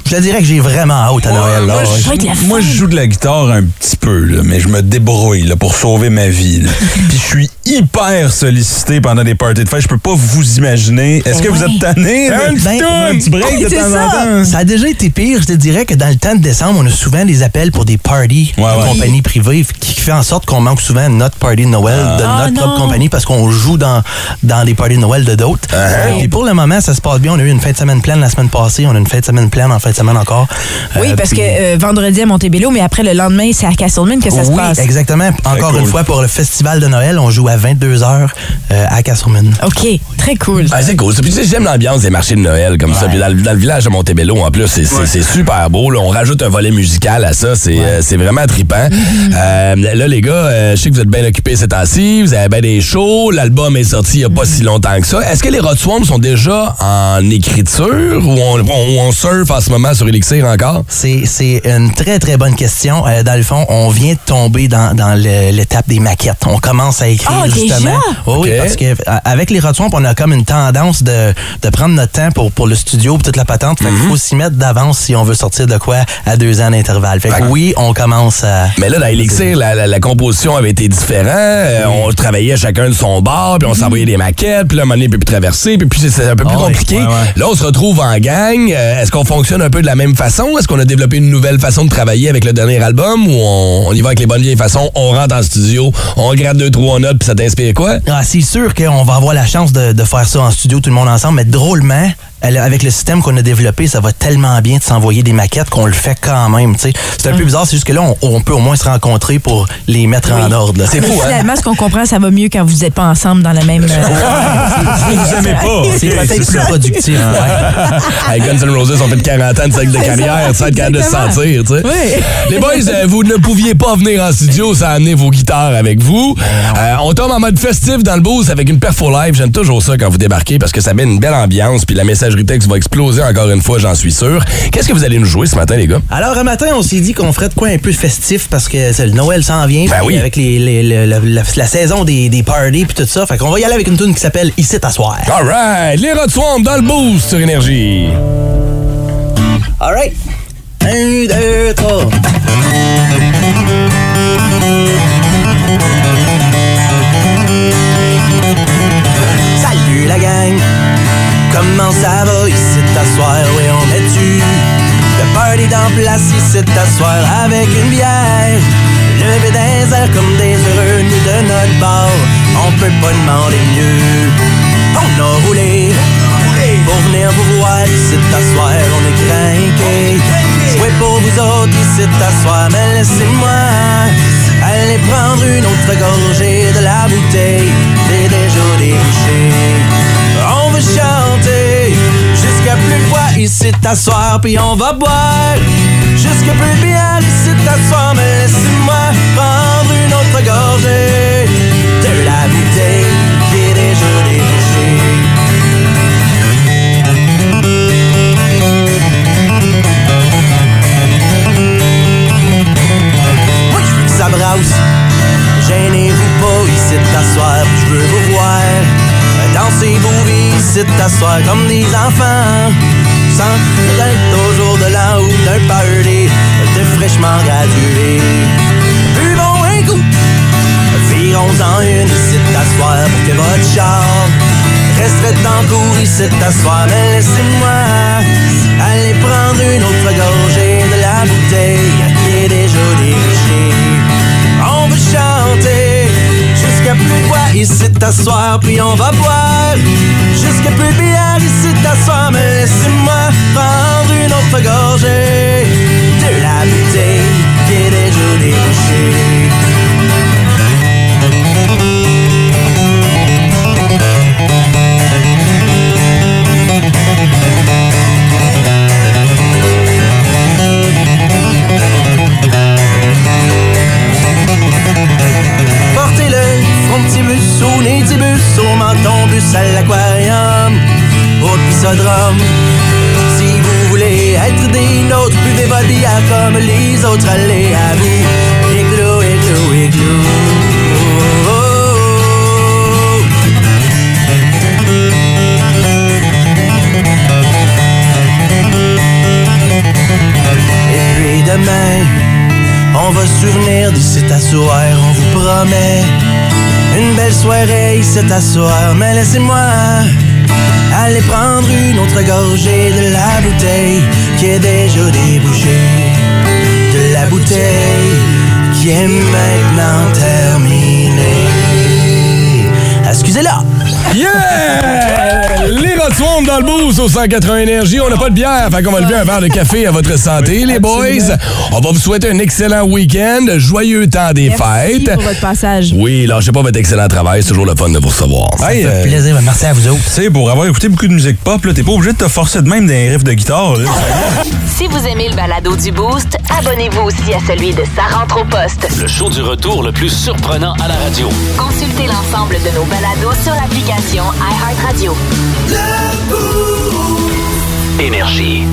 Speaker 4: je te dirais que j'ai vraiment hâte à Noël. là.
Speaker 2: Moi,
Speaker 4: Ouais.
Speaker 2: je- moi, je joue de la guitare un petit peu, là, mais je me débrouille là, pour sauver ma vie. là. Puis je suis hyper sollicité pendant des parties de fête. Je peux pas vous imaginer. Est-ce que vous êtes tanné?
Speaker 4: Ben,
Speaker 2: un petit break de
Speaker 4: c'est
Speaker 2: temps en
Speaker 4: ça.
Speaker 2: temps.
Speaker 4: Ça a déjà été pire. Je te dirais que dans le temps de décembre, on a souvent des appels pour des parties de
Speaker 2: ouais.
Speaker 4: compagnies privées f- qui fait en sorte qu'on manque souvent notre party de Noël de
Speaker 2: Ah.
Speaker 4: notre
Speaker 2: Ah,
Speaker 4: propre
Speaker 2: non.
Speaker 4: compagnie parce qu'on joue dans, dans des parties de Noël de d'autres.
Speaker 3: Ah.
Speaker 4: Et pour le moment, ça se passe bien. On a eu une fin de semaine pleine la semaine passée. On a une fin de semaine pleine en fin de semaine encore.
Speaker 3: Oui,
Speaker 4: Euh,
Speaker 3: parce
Speaker 4: puis-
Speaker 3: que euh, vendredi à Montebello, mais après le lendemain, c'est à Castleman que ça se
Speaker 4: oui,
Speaker 2: Ah,
Speaker 3: passe.
Speaker 4: euh, exactement. Encore une fois, pour le festival de Noël, on joue à 22h à Castleman.
Speaker 3: OK, très cool.
Speaker 4: Ben,
Speaker 1: Ah, c'est cool. Puis, tu sais, j'aime l'ambiance des marchés de Noël comme ça. Puis dans, le- dans le village de Montebello, en plus, c'est c'est- c'est super beau. là. On rajoute un volet musical à ça. C'est euh, c'est vraiment trippant. Euh, là, les gars, euh, je sais que vous êtes bien occupés ces temps-ci. Vous avez bien des shows. L'album est sorti il n'y a pas si longtemps que ça. Est-ce que les Rod Swamp sont déjà en écriture ou on, on- on surfe en ce moment sur Elixir encore?
Speaker 13: C'est, c'est une très, très bonne question. Euh, dans le fond, on vient de tomber dans, dans le- l'étape des maquettes. On commence à écrire,
Speaker 4: Ah, déjà?
Speaker 13: justement. Oui, oui,
Speaker 4: Ok.
Speaker 13: parce que euh, avec les Rotswamp, on a comme une tendance de, de prendre notre temps pour, pour le studio, pour toute la patente. Fait qu'il faut s'y mettre d'avance si on veut sortir de quoi à deux ans d'intervalle. Fait que oui, on commence à...
Speaker 1: Mais là, dans Elixir, la, la- la composition avait été différente. Euh, on travaillait chacun de son bar, puis on s'envoyait des maquettes, puis là, à un moment donné, puis traverser, puis puis c'est- c'est un peu plus
Speaker 13: Ah ouais,
Speaker 1: compliqué.
Speaker 13: ouais, ouais.
Speaker 1: Là, on se retrouve en gang. Euh, Est-ce qu'on fonctionne un peu de la même façon? Est-ce qu'on a développé une nouvelle façon de travailler avec le dernier album ou on, on y va avec les bonnes vieilles façons? On rentre en studio, on gratte deux, trois notes, puis ça t'inspire quoi?
Speaker 13: Ah, c'est sûr qu'on va avoir la chance de, de faire ça en studio, tout le monde ensemble, mais drôlement, elle- avec le système qu'on a développé, ça va tellement bien de s'envoyer des maquettes qu'on le fait quand même. tu sais. C'est un peu bizarre, c'est juste que là, on, on peut au moins se rencontrer pour les mettre en ordre. là. *laughs*
Speaker 3: Mais Finalement, ce qu'on comprend, ça va mieux quand vous n'êtes pas ensemble dans la même. euh,
Speaker 13: vous aimez pas. C'est peut-être plus productif.
Speaker 1: hein. Hey, Guns N' Roses ont fait 40 ans de cycle de carrière, tu sais, être capable de se
Speaker 4: Exactement.
Speaker 1: sentir, tu sais.
Speaker 4: Oui.
Speaker 1: Les boys, euh, vous ne pouviez pas venir en studio sans amener vos guitares avec vous. Euh, on tombe en mode festif dans le boost avec une perfo live. J'aime toujours ça quand vous débarquez parce que ça met une belle ambiance puis la messagerie texte va exploser encore une fois, j'en suis sûr. Qu'est-ce que vous allez nous jouer ce matin, les gars?
Speaker 13: Alors, un matin, on s'est dit qu'on ferait de quoi un peu festif parce que c'est le Noël s'en vient.
Speaker 1: Ben
Speaker 13: puis
Speaker 1: oui.
Speaker 13: Avec les, les- le- la, la- la saison des, des parties puis tout ça. Fait qu'on va y aller avec une tune qui s'appelle Ici t'asseoir.
Speaker 1: All right, les Rod Swamp dans le boost sur Énergie.
Speaker 13: All right. Un, deux, trois. Salut la gang, comment ça va ici t'asseoir? Oui, on est tu Le party d'en place ici t'asseoir avec une bière. Levé des airs comme des heureux, nous de notre bord, on peut pas demander mieux. On a roulé, pour venir vous voir ici t'asseoir, on est craqué. Jouez pour vous autres ici t'asseoir, mais laissez-moi aller prendre une autre gorgée de la bouteille. C'est déjà débouché. On veut chanter jusqu'à plus de voix ici t'asseoir, puis on va boire jusqu'à plus de bière ici t'asseoir, mais laissez-moi prendre une autre gorgée de la bouteille qui est déjà débouchée. Moi je veux que ça brasse Gênez-vous pas ici de t'asseoir puis Je veux vous voir Danser vos vies ici de t'asseoir Comme des enfants Sans être toujours de l'an ou d'un party De fraîchement gradué Buvons un coup Virons-en une ici de t'asseoir Pour que votre char Resterait en cours ici de t'asseoir Mais laissez-moi Allez prendre une autre gorgée de la bouteille qui est déjà débouchée. On veut chanter jusqu'à plus de voix ici t'asseoir, puis on va boire jusqu'à plus de bière ici t'asseoir. Mais laissez-moi prendre une autre gorgée de la bouteille qui est déjà débouchée. Portez-le from tibus au nez tibus au menton bus à l'aquarium au pisodrome. Si vous voulez être des nôtres, buvez votre bière comme les autres, allez à vous. Igloo, igloo, igloo. Oh, oh, oh. Et puis demain, on va se souvenir d'ici à soir, on vous promet. Une belle soirée ici à soir, mais laissez-moi aller prendre une autre gorgée de la bouteille qui est déjà débouchée. De la bouteille qui est maintenant terminée. Excusez-la!
Speaker 1: Yeah! Les Rotswamp dans le boost au 180 Énergie. On n'a pas de bière, fait qu'on va lever un verre de café à votre santé, les boys. On va vous souhaiter un excellent week-end, joyeux temps des
Speaker 3: Merci
Speaker 1: fêtes.
Speaker 3: pour votre passage.
Speaker 1: Oui, lâchez pas votre excellent travail, c'est toujours le fun de vous recevoir.
Speaker 2: Hey, euh,
Speaker 13: merci à vous autres.
Speaker 2: Tu sais, pour avoir écouté beaucoup de musique pop, là, t'es pas obligé de te forcer de même des riffs de guitare. là.
Speaker 6: Si vous aimez le balado du Boost, abonnez-vous aussi à celui de Sa rentre au poste.
Speaker 7: Le show du retour le plus surprenant à la radio.
Speaker 6: Consultez l'ensemble de nos balados sur l'application iHeartRadio.
Speaker 7: Énergie.